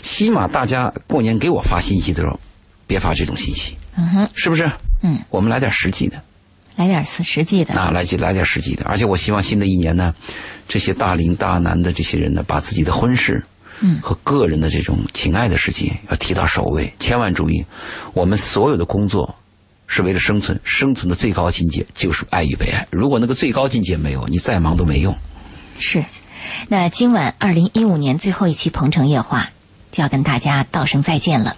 起码大家过年给我发信息的时候，别发这种信息，
嗯哼，
是不是？
嗯，
我们来点实际的。
来点实实际的。
啊，来去来点实际的。而且我希望新的一年呢，这些大龄大男的这些人呢，把自己的婚事，
嗯
和个人的这种情爱的事情要提到首位，千万注意，我们所有的工作。是为了生存，生存的最高境界就是爱与被爱。如果那个最高境界没有，你再忙都没用。
是，那今晚二零一五年最后一期《鹏城夜话》就要跟大家道声再见了。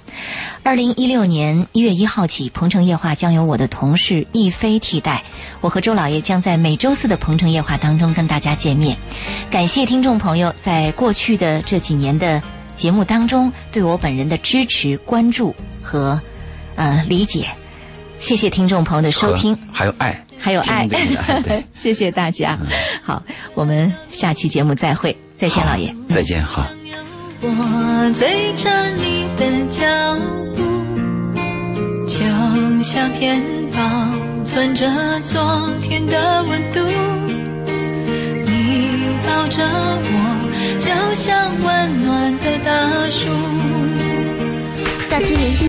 二零一六年一月一号起，《鹏城夜话》将由我的同事一飞替代，我和周老爷将在每周四的《鹏城夜话》当中跟大家见面。感谢听众朋友在过去的这几年的节目当中对我本人的支持、关注和呃理解，谢谢听众朋友的收
和
听。
还有爱，
还有爱
提供给你的 爱，对，嗯
谢谢大家。好，我们下期节目再会，再见，
好
老爷。
再见，好。
我追着你的脚步，就像片保存着昨天的温度。你抱着我，就像温暖的大树。
下期连续。